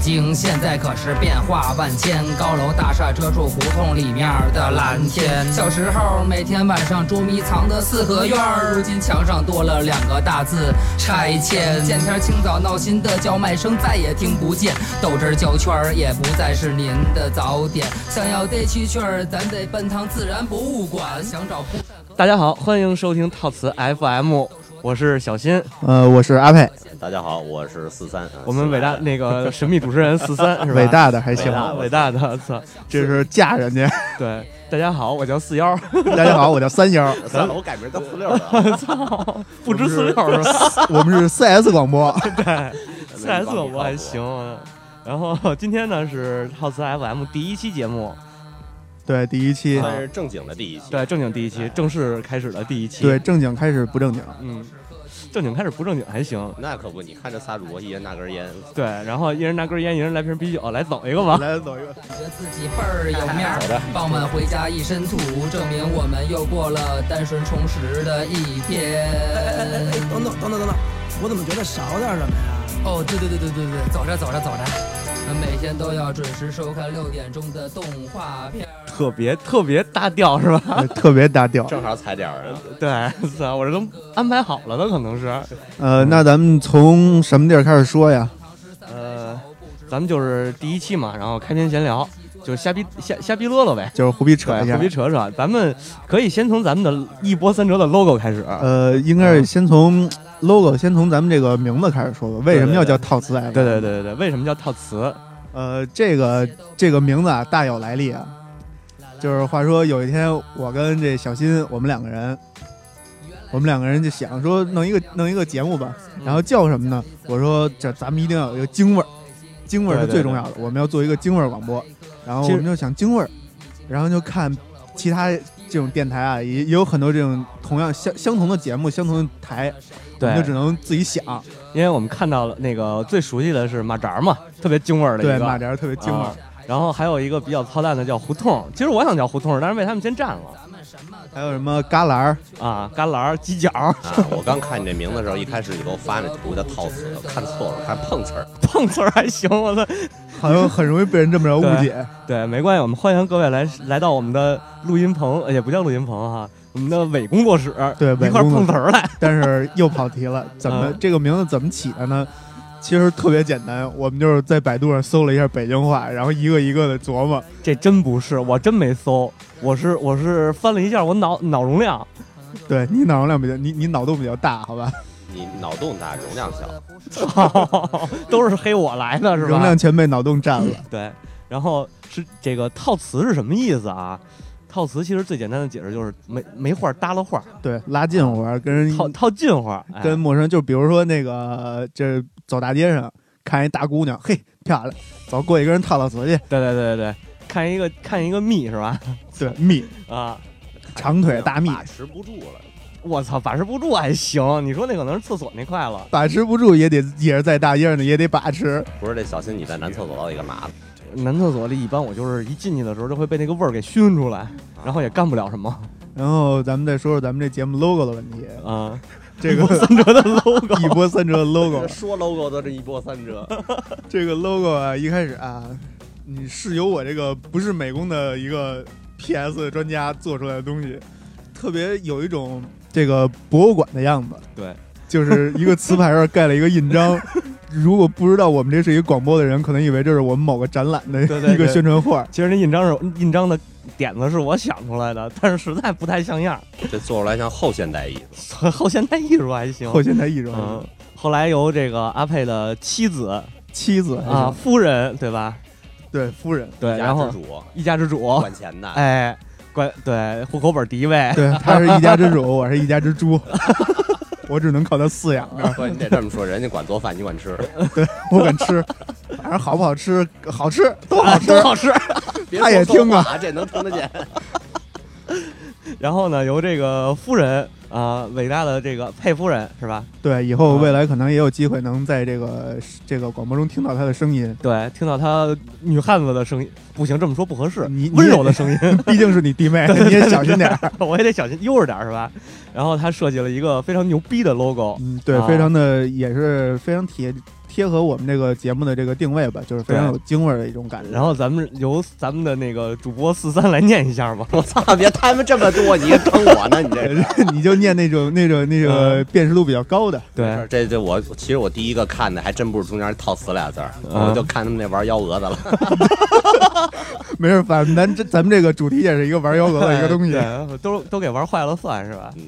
京现在可是变化万千，高楼大厦遮住胡同里面的蓝天。小时候每天晚上捉迷藏的四合院儿，如今墙上多了两个大字“拆迁”。见天清早闹心的叫卖声再也听不见，豆汁儿焦圈儿也不再是您的早点。想要逮蛐蛐儿，咱得奔趟自然博物馆。想找蒲扇和大家好，欢迎收听套词 FM，我是小新，呃，我是阿佩，大家好，我是四三，我们伟大四三那个神秘主持人四三是吧？伟大的还伟行，大伟大的，操，这是嫁人家。 对。大家好，我叫四幺，大家好，我叫三幺， 算了，我改名叫四六了。 操， 不知四六是吧？我们是 4S 广播。四 S 我还行。啊然后今天呢是套词 FM 第一期节目，对，第一期，算是正经的第一期，对，正经第一期，正式开始的第一期。对，，正经开始不正经，嗯，正经开始不正经还行。那可不，你看这仨主播，一人拿根烟，对，然后一人拿根烟，一人来瓶啤酒，来走一个吧。来走一个，觉得自己倍儿有面儿，傍晚回家一身土，证明我们又过了单纯充实的一天。哎等等等等等等，我怎么觉得少点什么呀？ 哦，对对对对对对，走着走着走着，我们每天都要准时收看六点钟的动画片儿。特别特别搭调是吧？哎特别搭调。正好踩点儿啊。 对，操，我这都安排好了的，可能是。呃，那咱们从什么地儿开始说呀？呃，咱们就是第一期嘛，然后开篇闲聊，就瞎逼瞎瞎逼乐乐呗，就是胡逼扯一对，下胡逼。扯扯。咱们可以先从咱们的一波三折的 logo 开始。呃，应该是先从 logo，先从咱们这个名字开始说吧。为什么要叫套词 FM？对对对对对，为什么叫套词？呃，这个这个名字啊，大有来历啊。就是话说有一天，我跟这小新，我们两个人，我们两个人就想说弄一个弄一个节目吧，然后叫什么呢？我说这咱们一定要有一个京味儿，京味儿是最重要的，我们要做一个京味儿广播。然后其我实们就想京味儿，然后就看其他这种电台啊，也也有很多这种同样相相同的节目、相同的台，我对们就只能自己想。因为我们看到了那个最熟悉的是马扎儿嘛，特别京味儿的一对，个马扎特别京味儿啊。然后还有一个比较操蛋的叫胡同，其实我想叫胡同，但是被他们先占了还有什么旮旯儿？啊！旮旯儿、犄角儿、啊，我刚看你这名字的时候，一开始你给我发那图叫套词，我看错了，看碰瓷儿。碰瓷儿还行，我操！好像很容易被人这么着误解。 对，没关系，我们欢迎各位来来到我们的录音棚，呃也不叫录音棚哈，我们的伪工作室，对一伪块儿工碰作室瓷儿来。但是又跑题了，怎么、嗯这个名字怎么起的呢？其实特别简单，我们就是在百度上搜了一下北京话，然后一个一个的琢磨。这真不是，我真没搜，我是我是翻了一下我脑脑容量， 对你脑容量比较，你你脑洞比较大，好吧？你脑洞大，容量小，操，都是黑我来的是吧？嗯容量全被脑洞占了。对，然后是这个套词是什么意思啊？套词其实最简单的解释就是没没话搭了话，对，拉近活儿跟人套套近乎，哎、嗯跟陌生人，就比如说那个这走大街上看一大姑娘，嘿，漂亮，走过去跟人套套词去。对对对对对，看一个看一个蜜是吧？对，蜜啊，长腿大哎蜜把持不住了。我操，把持不住还行，你说那可能是厕所那块了。把持不住也得也是在大街上的也得把持。不是这小新，你在男厕所到底干嘛了？男厕所里一般我就是一进去的时候就会被那个味儿给熏出来，然后也干不了什么然后咱们再说说咱们这节目 logo 的问题， 啊。这个三折的 logo， 一波三折的 logo，说 logo 的这一波三 折，这个 logo 啊，一开始啊，你是由我这个不是美工的一个 PS 专家做出来的东西，特别有一种这个博物馆的样子。对，就是一个词牌上盖了一个 印章。如果不知道我们这是一个广播的人，可能以为这是我们某个展览的对对嗯一对个宣传画。其实那印章是印章的点子是我想出来的，但是实在不太像样儿，这做出来像后现代艺术。后现代艺术还行。后现代艺术，嗯，后来由这个阿佩的妻子妻子啊，，夫人对吧？嗯对夫人，对，然家后之主一家之主，管钱的，哎，关对户口本第一位， 对，他是一家之主，我是一家之猪， 我只能靠他饲养着，不是你得这么说，人家管做饭，你管吃，我敢吃，反正好不好吃，好吃都好啊吃真，好吃。别他也说听啊错话，这能听得见。 然后呢，由这个夫人啊、伟大的这个佩夫人是吧？对，以后未来可能也有机会能在这个这个广播中听到她的声音，对，听到她女汉子的声音，不行，这么说不合适，你你温柔的声音， 毕竟是你弟妹， 你也小心点儿。我也得小心悠着点儿是吧？然后她设计了一个非常牛逼的 logo，嗯，对，啊非常的也是非常贴贴合我们这个节目的这个定位吧，就是非常对有京味儿的一种感觉。然后咱们由咱们的那个主播四三来念一下 吧。我操，别他们这么多，你还坑我呢，你 这是。你就念那种那种那嗯个辨识度比较高的， 对，这这我其实我第一个看的还真不是中间套词俩字儿，嗯我就看他们那玩幺蛾子了。 没事，反正咱这咱们这个主题也是一个玩摇滚的一个东西。对，都都给玩坏了算是吧？嗯，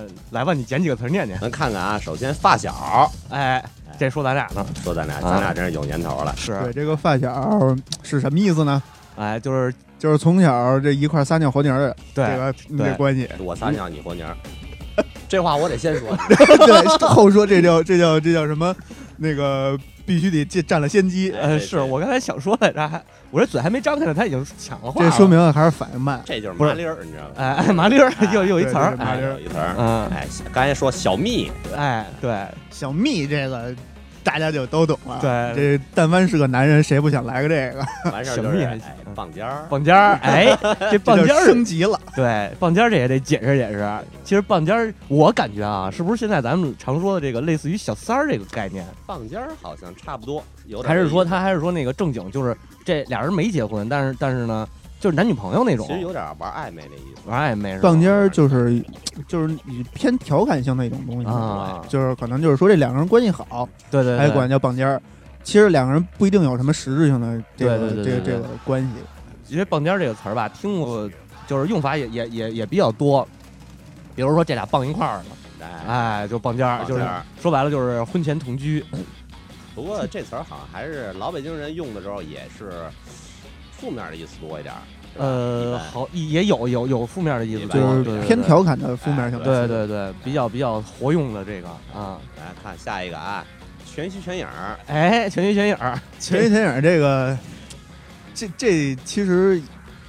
嗯，来吧，你捡几个词儿念念。咱看看啊，首先发小，哎，这说咱俩呢，说咱俩，啊咱俩真是有年头了。对是，这个发小是什么意思呢？哎，就是就是从小这一块撒尿和泥儿的这对，个这对关系， 我撒尿你和泥儿， 这话我得先说。对后说这叫这叫这叫什么？那个必须得占占了先机，呃，对是对我刚才想说来着，还我这嘴还没张开呢，他已经抢了话了。这说明还是反应慢。这就是不是麻利儿，你知 道吧？哎，哎麻利儿哎又又一词儿对，麻哎，利儿有一词儿。嗯，哎，刚才说小蜜，哎，对小蜜这个大家就都懂了。对，啊这但凡是个男人，谁不想来个这个？完事儿就小蜜是还行嗯哎棒尖儿，棒尖儿，哎，这棒尖这就儿升级了， 对，棒尖儿这也得解释解释。其实棒尖儿，我感觉啊，是不是现在咱们常说的这个类似于小三儿这个概念，棒尖儿好像差不多，有点还是说这意他还是说那个正经，就是这俩人没结婚，但是但是呢，就是男女朋友那思种哎其，实有点玩暧昧的意思。玩暧昧是吧棒尖儿就是就是你偏调侃性的一种东西，啊，就是可能就是说这两个人关系好，对对，还对管叫棒尖儿。其实两个人不一定有什么实质性的这对对个对这个对对这个关系，因为“棒尖儿”这个词儿吧，听过，就是用法也也也也比较多。比如说这俩棒一块儿了，哎，哎，就棒尖儿，棒就尖是儿。说白了就是婚前同居。不过这词儿好像还是老北京人用的时候也是负面的意思多一点儿。是吧一呃，般好也有有有负面的意思，一般就对是对偏调侃的负面性的。对对对，比较比较活用的这个啊，来看下一个啊，全息全影儿，哎，全心全影儿，全息全影这个，这这其实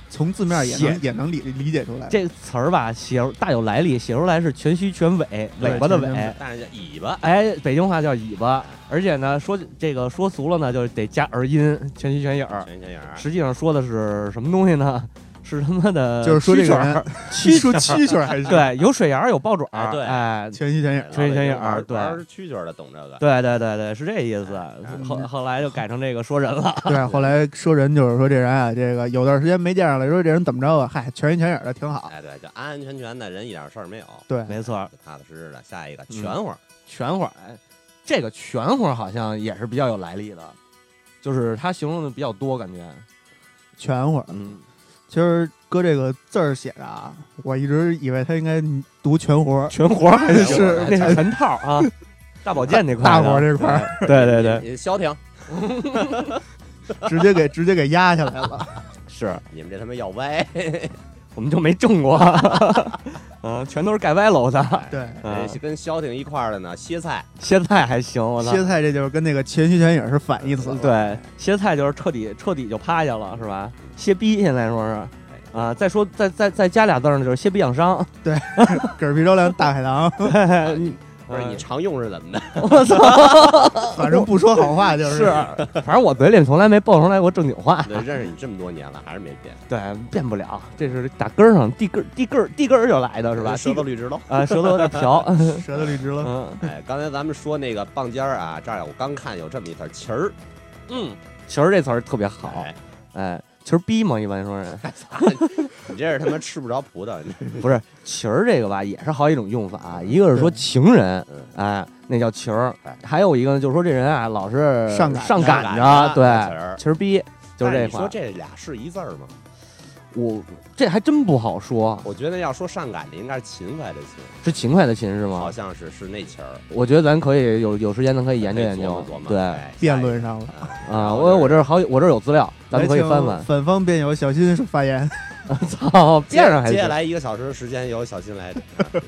从字面也能也能理理解出来。这词儿吧，写大有来历，写出来是全须全尾，对尾巴的全须全尾。但是叫尾巴，哎，北京话叫尾巴，而且呢，说这个说俗了呢，就是得加儿音，全须全影儿。全息全影儿。实际上说的是什么东西呢？ 是他妈的蛐蛐儿，就是说这个人蛐说蛐蛐儿 还是对，有水牙有爆爪儿，哎对哎，全息 全影。全息全影儿老北京对玩玩蛐蛐儿的懂这个。对对对对，是这意思哎哎。后后来就改成这个说人了，对，后来说人就是说这人啊，这个有段时间没见着了，说这人怎么着啊？嗨，全心全影的挺好。哎，对，就安安全全的，人一点事儿没有，对，没错儿，就踏踏实实的。下一个嗯全乎儿，全会儿。哎这个全会儿好像也是比较有来历的，就是它形容的比较多，感觉，全会儿。嗯，其实搁这个字儿写着啊，我一直以为他应该读全活儿，全活儿还全活儿哎那是全套 啊，大保健那块儿啊大的，活儿这块对儿对对，你，你消停，直接给直接给压下来了。是你们这他妈要歪，我们就没中过， 嗯，全都是盖歪楼的，对，嗯，跟消停一块儿的呢，歇菜，歇菜还行，我操，歇菜这就是跟那个全息全影是反义词。对，歇菜就是彻底彻底就趴下了，是吧？歇逼现在说是，啊，再说再再再加俩字儿呢，就是歇逼养 伤。嗝屁着凉大海 棠，你不是你常用是怎么的？我操！反正不说好话就是。是，反正我嘴里从来没蹦出来过正经话， 对认识你这么多年了，还是没变，对，变不了，这是打根儿上地根儿地根儿地根儿就来的是 是吧？吧？舌头地捋直喽。啊，舌头有点 瓢，舌头捋直了。嗯哎，刚才咱们说那个棒尖儿啊，这儿我刚看有这么一词儿，旗儿，嗯，其实这词儿特别好，哎哎。其实逼嘛，一般说哎人你这是他妈吃不着葡萄，你不是“其儿”这个吧，也是好几种用法。啊一个是说情人，嗯哎，那叫情儿哎；还有一个呢，就是说这人啊，老是上赶上赶上赶着啊大词对儿，情儿逼，就是但这你说款。这俩是一字儿吗？我这还真不好说，我觉得要说上赶的应该是勤快的勤，是勤快的勤是好吗？像是是那旗儿。我觉得咱可以有有时间，咱啊可以研究可研以琢究磨琢。磨对啊，哎辩论上了，我我这儿好，我这儿有资料，咱们可以翻来请翻。反方辩友小心发言，操，接边上还接下行。来一个小时的时间由小新来，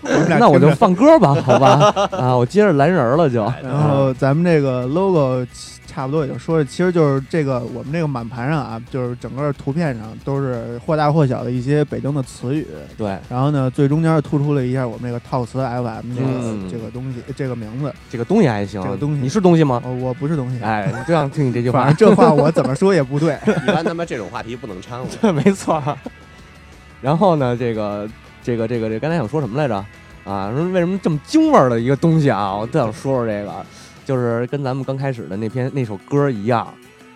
我们 俩那我听就嗯着放歌吧，好吧？啊，我接着来人儿了就。哎然后咱们这个 logo 其差不多也就说了，其实就是这个我们这个满盘上啊，就是整个图片上都是或大或小的一些北京的词语，对，然后呢，最中间突出了一下我们这个套词 FM 这个、嗯这个东西这个名字。这个东西还行这个东西，你是东西吗？哦，我不是东 西，哎，就想听你这句反话正。这话我怎么说也不对。 一般他妈这种话题不能掺和。 对，没错。 然后呢，这个这个这个这，刚才想说什么来着？啊，说为什么这么京味儿的一个东西啊？我特想说说这个。就是跟咱们刚开始的那篇那首歌一样，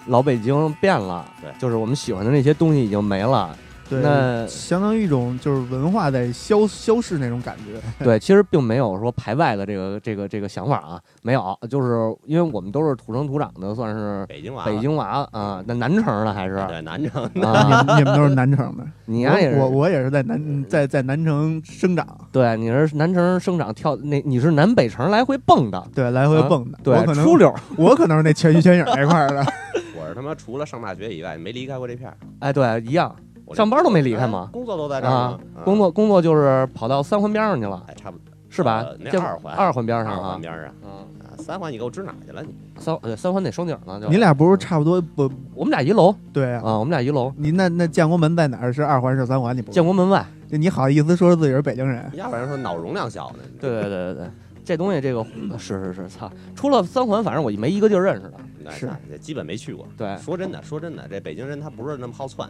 老北京变了，对就是我们喜欢的那些东西已经没了。对，那相当于一种就是文化在消消逝那种感觉。对，其实并没有说排外的这个这个这个想法啊，没有，就是因为我们都是土生土长的，算是北京娃娃，北京娃啊，那南城的还是对南城， 啊，你你们都是南城的， 你呀也是嗯我我我也是在南在在南城生长，对，你是南城生长跳，那你是南北城来回蹦的，对，来回蹦的。啊对我，可能出溜儿， 我可能是那全鱼全影那块 儿的。我是他妈除了上大学以外没离开过这片儿，哎，对，一样，我这上班都没离开吗啊哎工作都在这儿呢，嗯工作工作就是跑到三环边上去了，哎，差不多是吧呃？那这二环二环边上二啊环，边上嗯，啊，三环你给我支哪儿去了你？三呃三环得双井呢，就你俩不是差不多不？我们俩一楼对啊，啊，我们俩一楼，你那那建国门在哪儿？是二环是三环？你不建国门外，你好意思说自己是北京人？要不然说脑容量小呢？对对对对对，这东西这个是是是，操，出了三环，反正我没一个地儿认识的，那是那那基本没去过。对，说真的，说真的，这北京人他不是那么好窜，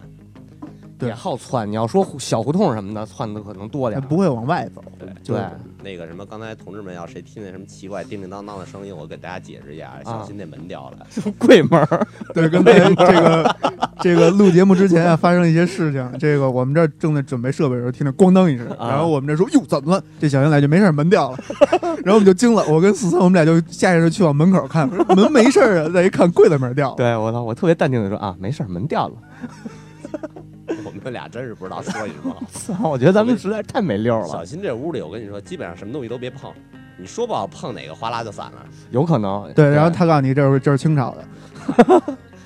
对也好窜，你要说胡小胡同什么的，窜的可能多点儿，不会往外走。就对是，那个什么，刚才同志们要谁听见什么奇怪叮叮当当的声音，我给大家解释一下，小心那门掉啊了。柜门 儿，对，刚才这个这个录节目之前啊，发生一些事情。这个我们这儿正在准备设备的时候，听着咣当一声，啊然后我们这说哟怎么了？这小英来句没事儿，门掉了。然后我们就惊了，我跟思思我们俩就下意识去往门口看，门没事儿啊，再一看柜子门掉了。对我操，我特别淡定的说啊，没事儿，门掉了， 我们俩真是不知道说你什 么好。操，我觉得咱们实在是太没溜儿小了，心这屋里，我跟你说，基本上什么东西都别碰。你说不好碰哪个，哗啦就散了。有可能，对，然后他告诉你这是这是清朝的，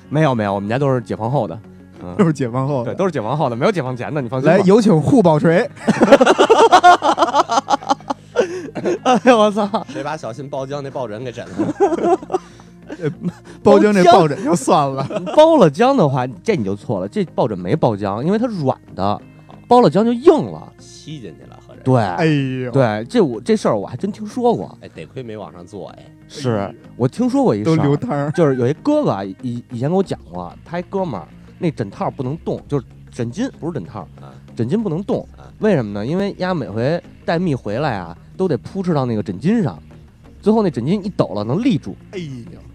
没有没有，我们家都是解放后的，嗯都。是解放后对，的。都是解放后的，没有解放前的，你放心吧。来，有请护宝锤。 哎呦我操！谁把小新包浆那抱枕给枕了？ 包浆这包抱枕就算了，包了浆的话，这你就错了，这抱枕没包浆，因为它软的，包了浆就硬了。吸进去了，合着。对，哎呦，对，这我这事儿我还真听说过，哎，得亏没往上坐，哎，是我听说过一事都流儿，汤儿。就是啊有一哥哥啊以以前给我讲过，啊他一哥们儿那枕套不能动，就是枕巾不是枕套啊，枕巾不能动啊，为什么呢？因为丫每回带蜜回来啊，都得扑哧到那个枕巾上，最后那枕巾一抖了能立住。哎呦，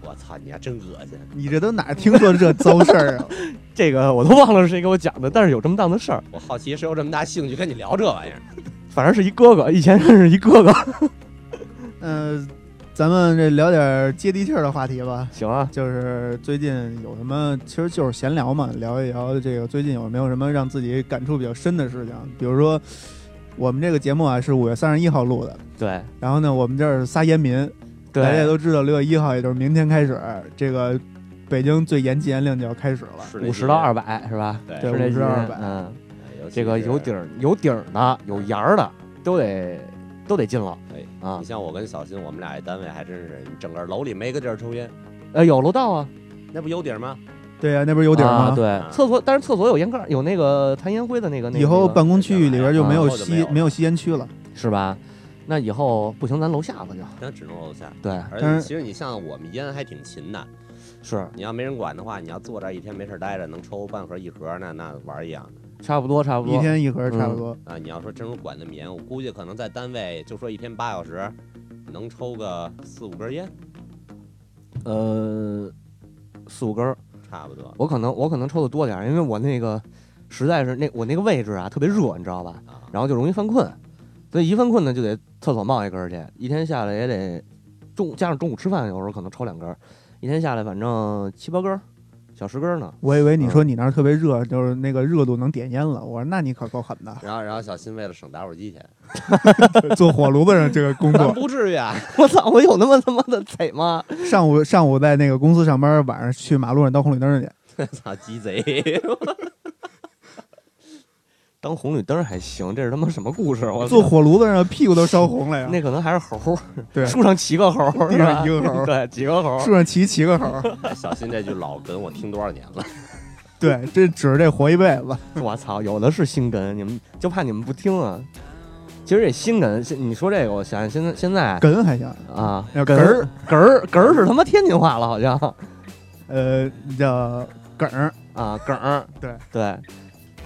我操，你还真恶心。你这都哪儿听说这糟事儿啊？ 这个我都忘了是谁给我讲的，但是有这么档子事儿。我好奇谁有这么大兴趣跟你聊这玩意儿？反正是一哥哥，以前认识一哥 哥。嗯，咱们这聊点儿接地气儿的话题吧。行啊，就是最近有什么，其实就是闲聊嘛，聊一聊这个最近有没有什么让自己感触比较深的事情。比如说，我们这个节目啊是五月三十一号录的，对然后呢，我们这儿仨烟民，大家也都知道，六月一号，也就是明天开始，这个北京最严禁烟令就要开始了。是那五十到二百是吧？对对是这几50天到200嗯，哎尤其这个有是顶儿有顶儿的，有沿儿的，都得都得进了。哎啊你，像我跟小新，我们俩这单位还真是，整个楼里没个地儿抽烟，呃，有楼道啊，那不有底儿吗？对啊，那不是有有底儿吗？对，厕所，但是厕所有烟盖儿，有那个弹烟灰的那个。那以后那个办公区域里边就没有啊以后就没吸有了没有吸烟区了。是吧？那以后不行，咱楼下吧就。咱只能楼下。对，而但且是其实你像我们烟还挺勤的，是你要没人管的话，你要坐这儿一天没事儿待着，能抽半盒一盒，那那玩儿一样差不多差不一多。天一盒差不嗯多。啊。你要说真说管那么严，我估计可能在单位就说一天八小时，能抽个四五根烟，呃，四五根儿，差不多我可能我可能抽的多点儿，因为我那个实在是那我那个位置啊特别热，你知道吧？啊。，然后就容易犯困，所以一犯困呢就得厕所冒一根儿去，一天下来也得中午加上中午吃饭有时候可能抽两根儿，一天下来反正七八根儿，小十根儿呢。 我以为你说你那儿特别热，就是那个热度能点烟了。我说那你可够狠的 然后，然后小新为了省打火机钱，做火炉子上这个工 咱作。不至于 啊，我操，我有那么他妈的贼吗？上午上午在那个公司上班，晚上去马路上当红绿灯去。操鸡贼！当红绿灯还行，这是他妈什么故事？啊我操做火炉子上屁股都烧红了呀！那可能还是猴儿， 对树上骑个猴儿，地上一个猴是吧儿对，几个猴儿。树上骑骑个猴 儿， 小新这句老梗我听多少年了，对，这指着这活一辈子。我操，有的是心梗，你们就怕你们不听啊。其实这心梗，你说这个，我想想现在现在哏还行，啊，要梗哏儿，哏儿哏儿是他妈天津话了，好像。呃，叫梗儿，啊，梗儿，对对，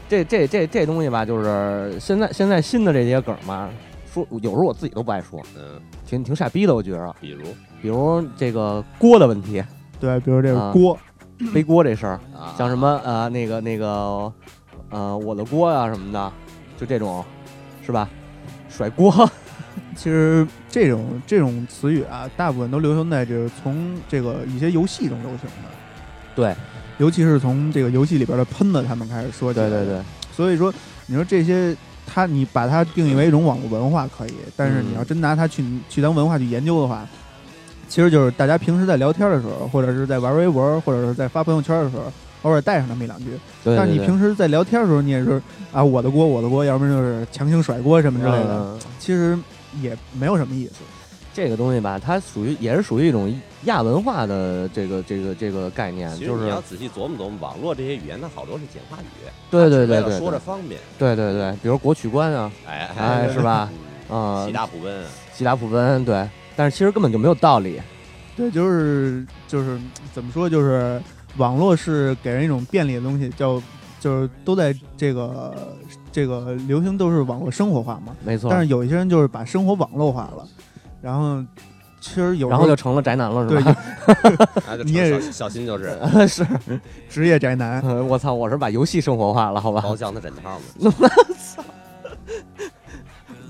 这这这这东西吧，就是现在现在新的这些梗儿嘛，说，有时候我自己都不爱说，嗯，挺挺傻逼的，我觉着。比如比如这个锅的问题，对，比如这个啊锅，背锅这事儿，啊，像什么呃那个那个呃我的锅呀、什么的，就这种，是吧？甩 锅，其实这种这种词语啊，大部分都流行在这个从这个一些游戏中流行的。对，尤其是从这个游戏里边的喷子他们开始说起。对对。对，所以说，你说这些，它你把它定义为一种网络文化可以，但是嗯你要真拿它去去当文化去研究的话，其实就是大家平时在聊天的时候，或者是在玩微博，或者是在发朋友圈的时候，偶尔带上那么一两句。对但是你平时在聊天的时候，你也是啊，我的锅，我的锅，要不然就是强行甩锅什么之类的，嗯其实也没有什么意思。这个东西吧，它属于也是属于一种亚文化的这个这个这个概念，其实就是你要仔细琢磨琢磨，网络这些语言它好多是简化语，对对为对了对说对着方便，对对对，比如国曲观啊，哎哎是 吧？嗯啊喜，大普奔， 喜达普奔对，但是其实根本就没有道理，对，就是就是怎么说，就是网络是给人一种便利的东西，叫就是都在这个这个流行都是网络生活化嘛。没错但。是有一些人就是把生活网络化了，然后其实有时然候后就成了宅男了，对是吧？哎就你也成小小心就是 是，职业宅男，呃 我操，我是把游戏生活化了，好吧？包浆的枕套嘛，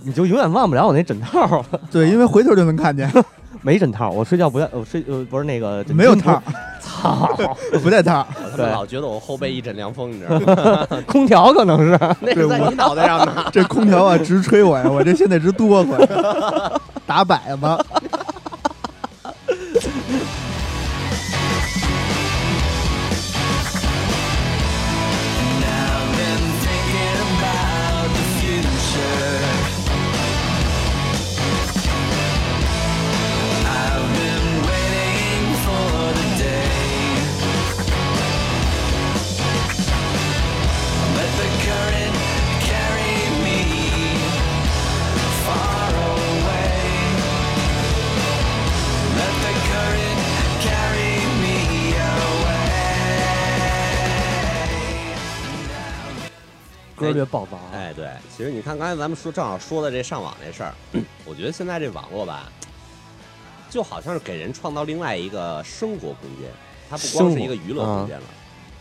你就永远忘不了我那枕套，对，因为回头就能看见，没枕套，我睡觉不要，我睡呃不是那个枕没有套，，操，不带套，我他妈对老觉得我后背一阵凉风，你知道 吗？ 空调可能是那对是在我你脑袋上 呢，这空调啊直吹我呀，我这现在直哆嗦，打摆子。歌略暴躁，哎，对，其实你看刚才咱们说正好说的这上网这 事儿，我觉得现在这网络吧，就好像是给人创造另外一个生活空间，它不光生是一活个娱乐啊空间了。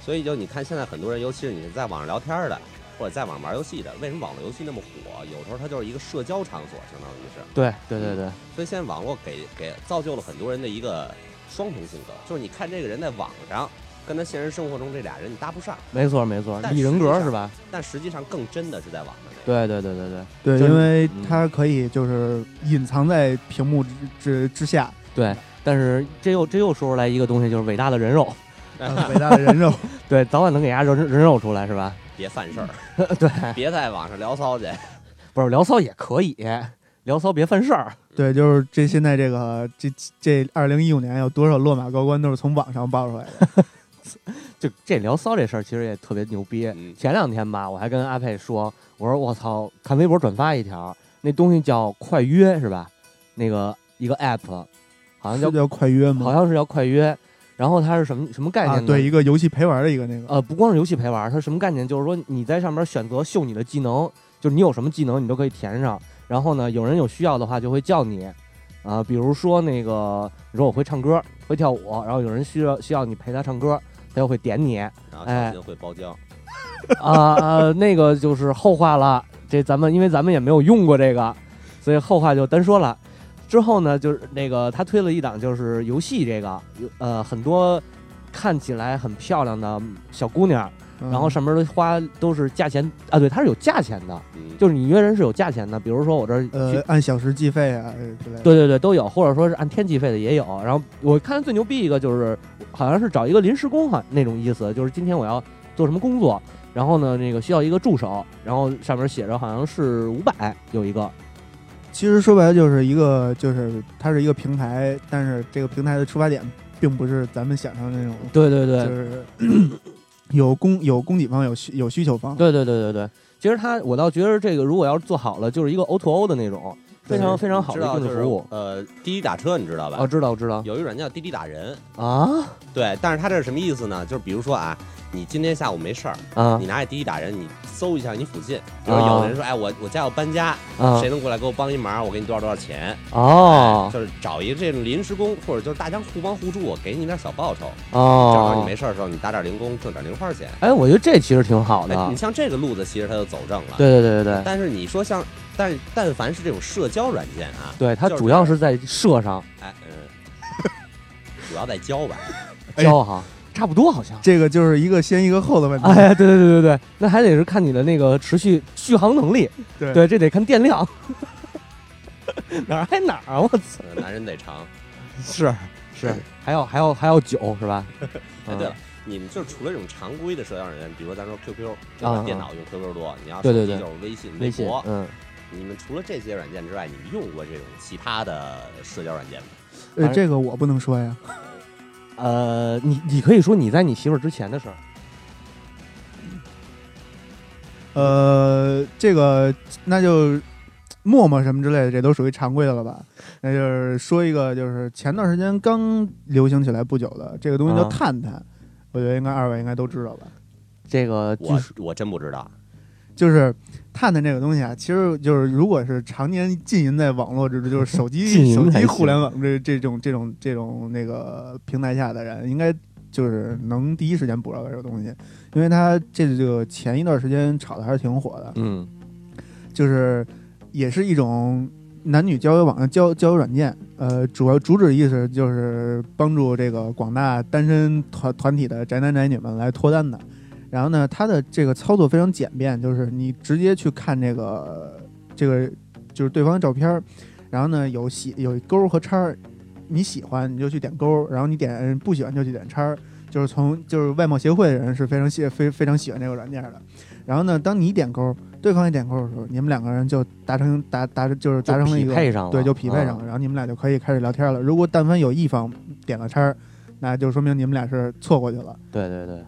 所以就你看现在很多人，尤其是你在网上聊天的，或者在网上玩游戏的，为什么网络游戏那么火？有时候它就是一个社交场所，相当于是。对对对对，所以现在网络给给造就了很多人的一个双重性格，就是你看这个人在网上跟他现实生活中这俩人你搭不上，没错没错，但拟人实际格上是吧？但实际上更真的是在网上那对个。对对对对对，就是因为嗯它可以就是隐藏在屏幕之之 之下，对，但是这又这又说出来一个东西，就是伟大的人肉，呃伟大的人肉。对，早晚能给人家人人肉出来是吧？别犯事儿，嗯 对，别在网上聊骚去。不是聊骚也可以，聊骚别犯事儿，对，就是这现在这个这这二零一五年有多少落马高官都是从网上爆出来的？就这聊骚这事儿其实也特别牛逼。嗯前两天吧，我还跟阿佩说，我说我操，看微博转发一条，那东西叫快约是吧？那个一个 app，好像是叫叫快约吗？好像是叫快约，然后它是什么什么概啊，念呢？对，一个游戏陪玩的一个那个，呃，不光是游戏陪玩儿，它什么概念？就是说你在上面选择秀你的技能，就是你有什么技能你都可以填上。然后呢，有人有需要的话就会叫你，啊、比如说那个你说我会唱歌，会跳舞，然后有人需要需要你陪他唱歌，他就会点你啊、然后哎小心会包浆。呃那个就是后话了。这咱们因为咱们也没有用过这个，所以后话就单说了。之后呢，就是那个他推了一档就是游戏这个，有呃，很多看起来很漂亮的小姑娘。嗯然后上面都花都是价钱啊，对，它是有价钱的，嗯，就是你约人是有价钱的，比如说我这儿呃去，按小时计费啊呃之类的。对对对都有，或者说是按天计费的也有。然后我看最牛逼一个就是好像是找一个临时工哈那种意思，就是今天我要做什么工作，然后呢那个需要一个助手，然后上面写着好像是五百有一个，其实说白了就是一个，就是它是一个平台，但是这个平台的出发点并不是咱们想象的那种，对对就对，是 有供有供给方，有需有需求方。对对对对对，其实它我倒觉得这个如果要是做好了，就是一个 O to O 的那种，非常非常好知的一道定就制是服务。呃，滴滴打车你知道吧？哦，知道知道有一软件叫滴滴打人，啊对，但是它这是什么意思呢？就是比如说啊，你今天下午没事儿，啊你拿着滴滴打人，你搜一下你附近，比如说有的人说，哎，我我家要搬家，啊谁能过来给我帮一忙？我给你多少多少钱？哦就是找一个这种临时工，或者就是大家互帮互助，我给你点小报酬，正好你哦没，事儿的时候你打点零工，挣点零花钱。哎，我觉得这其实挺好的哎，。你像这个路子，其实它就走正了。。对对对对对。但是你说像，但是但凡是这种社交软件啊，对，它就是主要是在社上哎，嗯， 主要在交吧。哎教哈，差不多好像。这个就是一个先一个后的问题。 哎，对对对对对，那还得是看你的那个持续续航能力，对对，这得看电量，哪儿还哪儿啊！我操， 呃男人得嗯长。是是，还要还要还要酒是吧？哎，嗯对了，你们就是除了这种常规的社交软件，比如说咱说 QQ，对啊吧啊？电脑用 QQ 多，你要对手对机对就是微信、微微信博，。嗯，你们除了这些软件之外，你们用过这种其他的社交软件吗？呃，这个我不能说呀。呃，你你可以说你在你媳妇儿之前的事儿，呃，这个那就陌陌什么之类的，这都属于常规的了吧？那就是说一个，就是前段时间刚流行起来不久的这个东西叫啊探探，我觉得应该二位应该都知道吧？这个据我说我真不知道。就是探探这个东西啊，其实就是如果是常年浸淫在网络之中，就是手 浸机淫手还机行互联网这这种这种这种那个平台下的人，应该就是能第一时间捕捉到这个东西，因为它这这个前一段时间炒的还是挺火的，嗯就是也是一种男女交友网交交友软件，呃，主要主旨意思就是帮助这个广大单身团团体的宅男宅女们来脱单的。然后呢，它的这个操作非常简便，就是你直接去看这个这个就是对方的照片儿，然后呢有喜有勾和叉儿，你喜欢你就去点勾，然后你点呃不喜欢就去点叉儿。就是从就是外貌协会的人是非常喜非非常喜欢这个软件的。然后呢，当你点勾，对方也点勾的时候，你们两个人就达成达达就是达成了一就个匹配上了嗯对，就匹配上了，然后你们俩就可以开始聊天了。如果但凡有一方点了叉儿，那就说明你们俩是错过去了。对对对，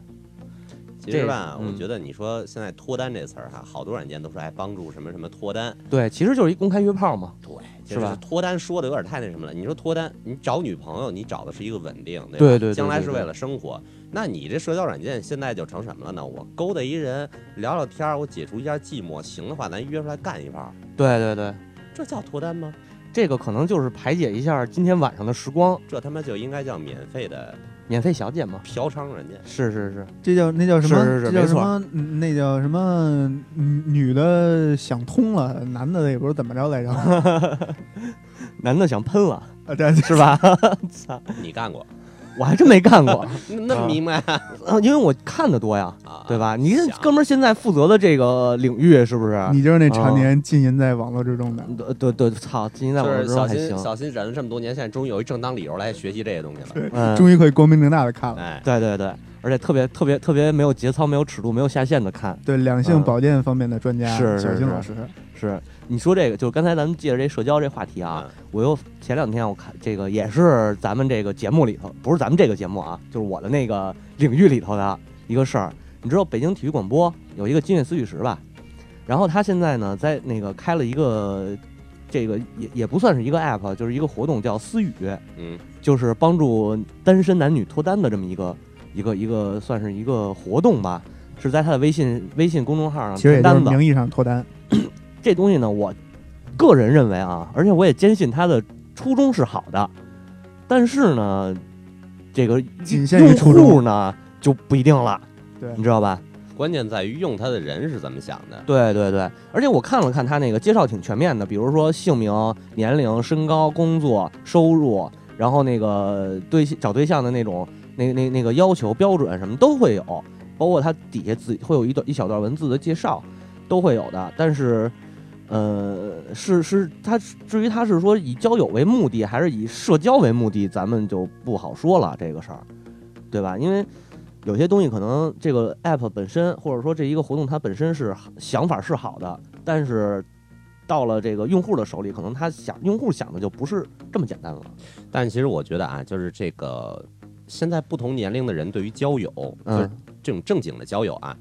其这实吧，嗯我觉得你说现在脱单这词儿哈，好多软件都说哎帮助什么什么脱单，对，其实就是一公开约炮嘛，对，是就是吧脱单说的有点太那什么了。你说脱单，你找女朋友，你找的是一个稳定，对吧？对对对将来是对为对了生活。那你这社交软件现在就成什么了呢？我勾搭一人聊聊天儿，我解除一下寂寞，行的话咱约出来干一炮，对对对，这叫脱单吗？这个可能就是排解一下今天晚上的时光，这他妈就应该叫免费的免费小姐嘛，嫖娼软件。是是是，这叫那叫什么？是是是这没叫什错么？嗯那叫什么？嗯女的想通了，男的也不知道怎么着 来着。啊，男的想喷了对，是吧？你干过？我还真没干过， 那那啊么明白啊因为我看的多呀，啊？ 对？吧？你这想嗯哥们儿现在负责的这个领域是不是？你就是那哦常年浸淫在网络之中的。对对对，操！今天在就网络是之后小还行心，小心忍了这么多年，现在终于有一正当理由来学习这些东西了。对，嗯，终于可以光明正大的看了。哎，对对对，而且特别特别特别没有节操、没有尺度、没有下限的看。对两性保健方面的专家嗯是是小金是老师，是你说这个，就是刚才咱们借着这社交这话题啊，嗯我又前两天我看这个也是咱们这个节目里头，不是咱们这个节目啊，就是我的那个领域里头的一个事儿。你知道北京体育广播有一个金月思雨时吧？然后他现在呢，在那个开了一个这个也也不算是一个 app，就是一个活动叫思雨，嗯，就是帮助单身男女脱单的这么一个一个一个算是一个活动吧，是在他的微信微信公众号上其实也填就是单子。名义上脱单。这东西呢，我个人认为啊，而且我也坚信他的初衷是好的，但是呢，这个仅限于初用户衷呢就不一定了，对你知道吧？关键在于用它的人是怎么想的。对对对，而且我看了看他那个介绍挺全面的，比如说姓名、年龄、身高、工作、收入，然后那个对找对象的那种那那那个要求标准什么都会有，包括他底下自己会有一段一小段文字的介绍，都会有的。但是，呃，是是他至于他是说以交友为目的，还是以社交为目的，咱们就不好说了这个事儿，对吧？因为有些东西可能这个 app 本身，或者说这一个活动它本身是想法是好的，但是到了这个用户的手里，可能他想用户想的就不是这么简单了。但其实我觉得啊，就是这个现在不同年龄的人对于交友，就是嗯这种正经的交友啊，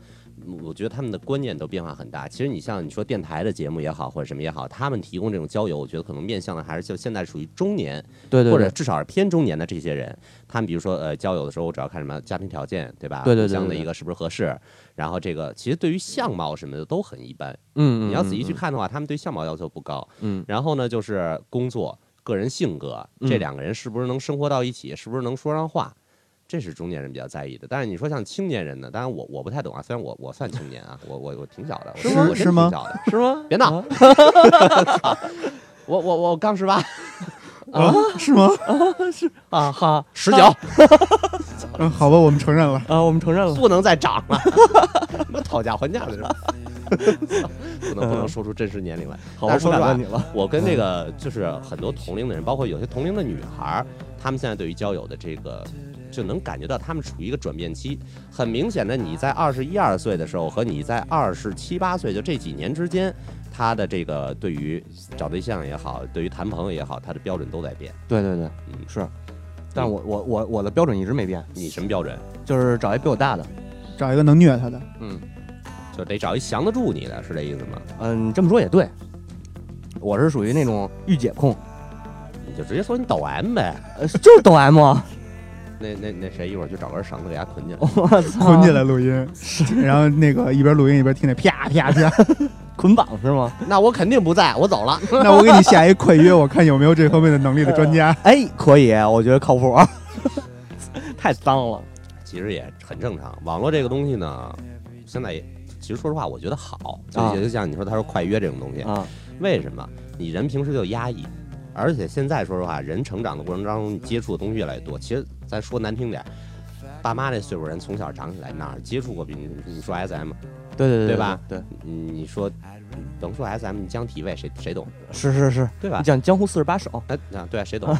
我觉得他们的观念都变化很大。其实你像你说电台的节目也好，或者什么也好，他们提供这种交友，我觉得可能面向的还是就现在属于中年，对对或者对，至少是偏中年的这些人。他们比如说呃交友的时候，我主要看什么家庭条件，对吧？对对对互相的对对一个是不是合适？然后这个其实对于相貌什么的都很一般。嗯，嗯你要仔细去嗯看的话，他们对相貌要求不高。嗯，然后呢，就是工作、个人性格，嗯这两个人是不是能生活到一起，是不是能说上话，这是中年人比较在意的。但是你说像青年人呢，当然我我不太懂啊，虽然我我算青年啊，我我我挺小的，我是真吗我真是吗挺小的，是吗？别闹啊，我我我刚十八啊，是吗？啊哈十九，嗯，好吧，我们承认了。啊，我们承认了，不能再涨了， 什么讨价还价的这种。 不能不能说出真实年龄来。好，但我是不说实敢话问你，了。我跟这嗯个就是很多同龄的人，包括有些同龄的女孩儿，她们现在对于交友的这个，就能感觉到她们处于一个转变期。很明显的，你在二十一二岁的时候和你在二十七八岁，就这几年之间，她的这个对于找对象也好，对于谈朋友也好，她的标准都在变。对对对，嗯，是，但是我我我我的标准一直没变，你什么标准？就是找一比我大的。找一个能虐他的，嗯就得找一降得住你的，是这意思吗？嗯，你这么说也对，我是属于那种御姐控，你就直接说你抖 M 呗。呃，就是抖 M，啊那那那谁，一会儿就找根绳子给他捆 起来。我 操，捆起来录音，然后那个一边录音一边听那啪 啪啪。捆绑是吗？那我肯定不在，我走了。 那我给你下一快约，我看有没有这方面的能力的 专家。哎，可以，我觉得靠谱，太脏了。其实也很正常。网络这个东西呢，现在也其实说实话，我觉得好，就啊就像你说，他说快约这种东西，啊，为什么？你人平时就压抑，而且现在说实话，人成长的过程当中，你接触的东西越来越多。其实咱说难听点儿。爸妈那岁数人从小长起来哪儿接触过比你你说 S M，对对对对吧？对，你你说甭说 S M，你讲体位谁谁懂是是是，对吧你？讲江湖四十八手，哎啊对啊，谁懂？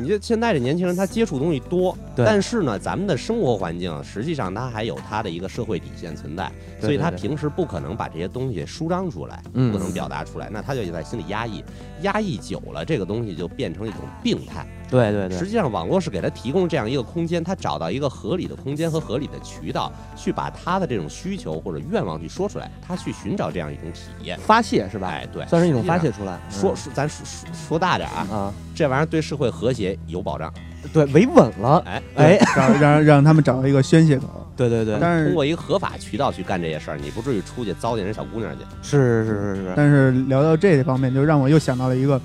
你这现在这年轻人他接触东西多， 对但是呢，咱们的生活环境实际上它还有它的一个社会底线存在，对所以他对对平时不可能把这些东西舒张出来，嗯不能表达出来，那他就在心里压抑，压抑久了，这个东西就变成一种病态。对对实对，际上，网络是给他提供这样一个空间，他找到一个合理的空间和合理的渠道，去把他的这种需求或者愿望去说出来，他去寻找这样一种体验。发泄是吧？哎，对，算是一种发实际泄嗯出来，上。说说，咱说说说大点儿啊，嗯啊，这玩意儿对社会和谐有保障。对，维稳了，哎，哎，让让让他们找到一个宣泄口。对对对，但通是过一个合法渠道去干这些事儿，你不至于出去糟践人小姑娘去。是是是是，但是聊到这方面，就让我又想到了一个，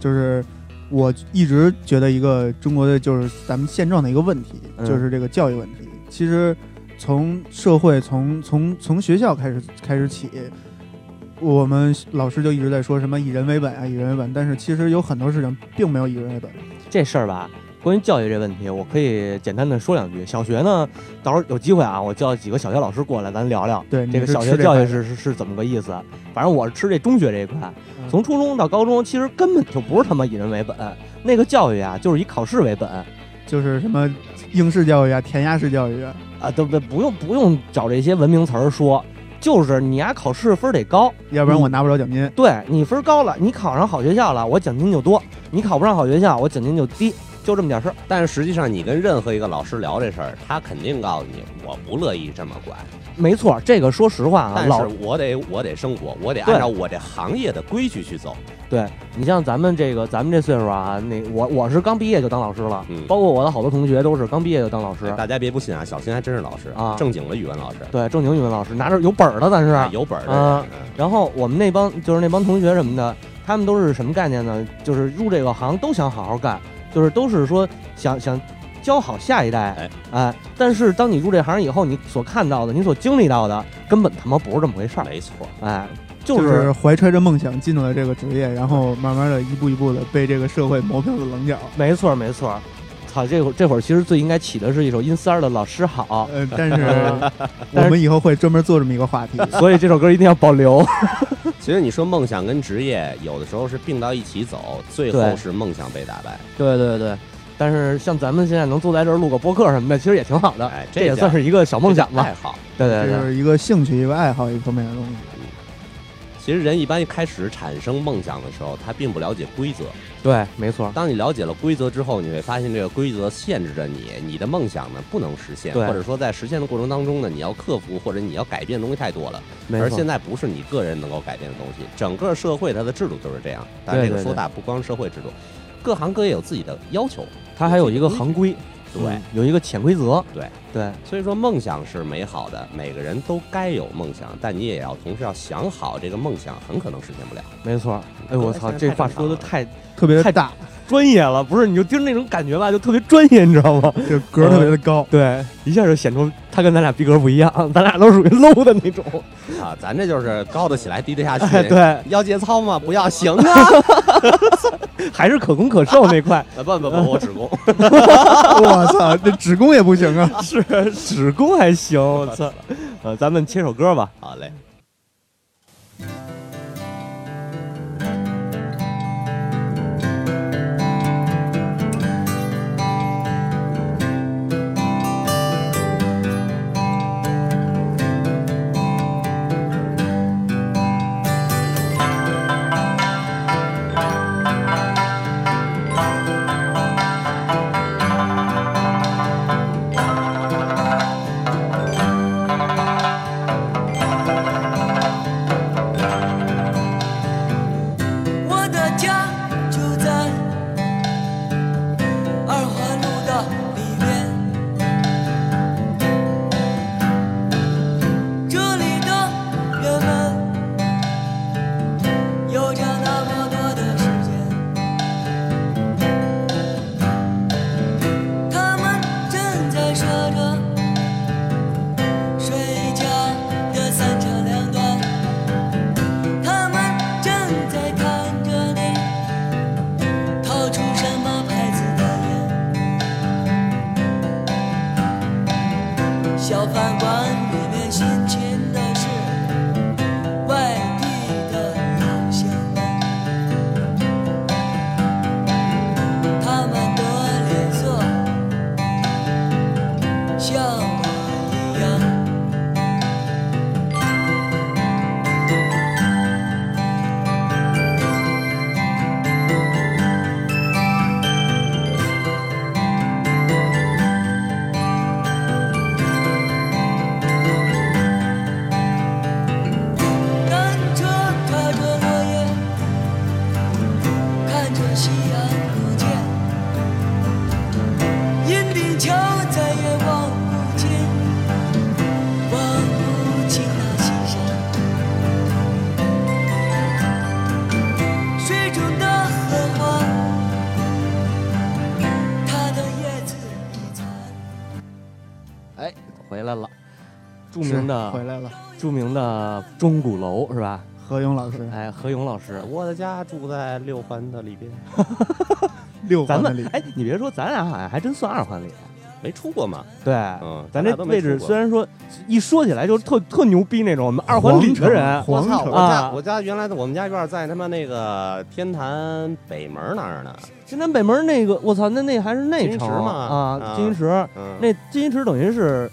就是我一直觉得一个中国的就是咱们现状的一个问题，嗯就是这个教育问题。其实从社会从从从学校开始开始起，我们老师就一直在说什么以人为本啊，以人为本。但是其实有很多事情并没有以人为本。这事儿吧，关于教育这问题，我可以简单的说两句。小学呢，到时候有机会啊，我叫几个小学老师过来，咱聊聊对，你这个是小吃学这教块育的是是是怎么个意思。反正我是吃这中学这一块嗯，从初中到高中，其实根本就不是他妈以人为本，那个教育啊，就是以考试为本就是什么应试教育啊，填鸭式教育啊，啊，都不不用不用找这些文明词儿说，就是你呀、考试分儿得高，要不然我拿不着奖金。对你分儿高了，你考上好学校了，我奖金就多；你考不上好学校，我奖金就低，就这么点事儿。但是实际上，你跟任何一个老师聊这事儿，他肯定告诉你，我不乐意这么管，没错，这个说实话啊，但老是我得我得生活，我得对按照我这行业的规矩去走。对你像咱们这个，咱们这岁数啊，那我我是刚毕业就当老师了，嗯包括我的好多同学都是刚毕业就当老师。大家别不信啊，小新还真是老师啊正经的语文老师，对，正经语文老师拿着有本儿的，咱是。哎有本儿的啊人。嗯然后我们那帮就是那帮同学什么的，他们都是什么概念呢？就是入这个行都想好好干，就是都是说想想教好下一代。哎哎，但是当你入这行以后，你所看到的，你所经历到的，根本他妈不是这么回事儿。没错，哎，就就是怀揣着梦想进入了这个职业，然后慢慢的一步一步的被这个社会磨平了棱角。没错儿没错儿。操，这会儿这会儿其实最应该起的是一首殷三儿的《老师好》。 呃，但是但我是们以后会专门做这么一个 话题。所以这首歌一定要保留。其实你说梦想跟职业有的时候是并到一起走，最对后是梦想被打败。 对对对，但是像咱们现在能坐在这儿录个播客什么的，其实也挺好的，哎，啊这也叫算是一个小梦想这叫吧。爱好。对这对对，是一个兴趣，一个爱好，一方面的东西。其实人一般一开始产生梦想的时候，他并不了解规则。对，没错，当你了解了规则之后，你会发现这个规则限制着你，你的梦想呢不能实现，对或者说在实现的过程当中呢，你要克服或者你要改变的东西太多了。没而错现。在不是你个人能够改变的东西，整个社会它的制度就是这样。但对这个对说对大不光社会制度，各行各业有自己的要求。它还有一个行规，对，嗯有一个潜规则，对对，所以说梦想是美好的，每个人都该有梦想，但你也要同时要想好，这个梦想很可能实现不了。没错。哎，我操，现在这太话正说的常了太特别太的大，专业了，不是？你就听那种感觉吧，就特别专业，你知道吗？就格儿特别呃的高。 对，一下就显出他跟咱俩逼格不一样，咱俩都属于 low 的那种。啊，咱这就是高的起来，低的下去。哎， 对，要节操吗？不要，行啊！ 还是可攻可受那块。啊不不不， 我只攻。我操，这指攻也不行啊！ 是指攻还行，我操！呃，咱们切首歌吧。好嘞，我的家就在二环路的里面，这里的人们有着那么多的时间，他们正在说着睡觉的三长两短。他们正在看着你掏出什么牌子的烟。小饭馆里面辛勤的是外地的老乡们，他们的脸色像我一样。单车踏着落叶，看着夕阳不见。银锭桥再也望不清，望不清那西山。水中的荷花，它的叶子已残。哎，回来了， 著是名的回来了，著名的钟鼓楼是吧？何勇老师，哎，何勇老师，我的家住在六环的里边，六咱环的们里，哎，你别说，咱俩好像还真算二环里。没出过嘛。对，嗯，咱俩这都没位置出过虽然说一说起来就是特特牛逼那种，我们二环里的人，皇我城操！我皇啊城，家我家原来的我们家院儿在他妈那个天坛北门那儿呢。金南北门那个，我操，那那还是内金银城池嘛啊，啊金银池，嗯，那金银池等于是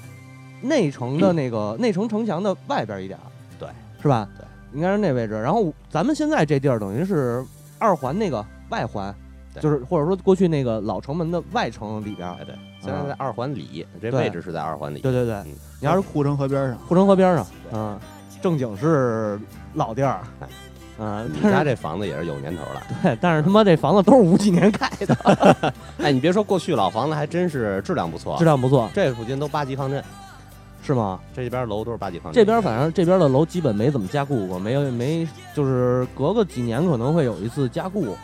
内城的那个内城城墙的外边一点儿，对，是吧？对，应该是那位置。然后咱们现在这地儿等于是二环那个外环，对就是或者说过去那个老城门的外城里边儿。哎对，虽然在二环里，这啊对位置是在二环里。对对对，嗯你要是护城河边上，护城河边上，对嗯，正经是老地儿哎，嗯，你家但这房子也是有年头了。是但是他妈这房子都是五几年盖的，哎，你别说，过去老房子还真是质量不错质。量不错，这附近都八级抗震，是吗？这边楼都是八级抗震。这边反正这边的楼基本没怎么加固过，没有没就是隔个几年可能会有一次加固，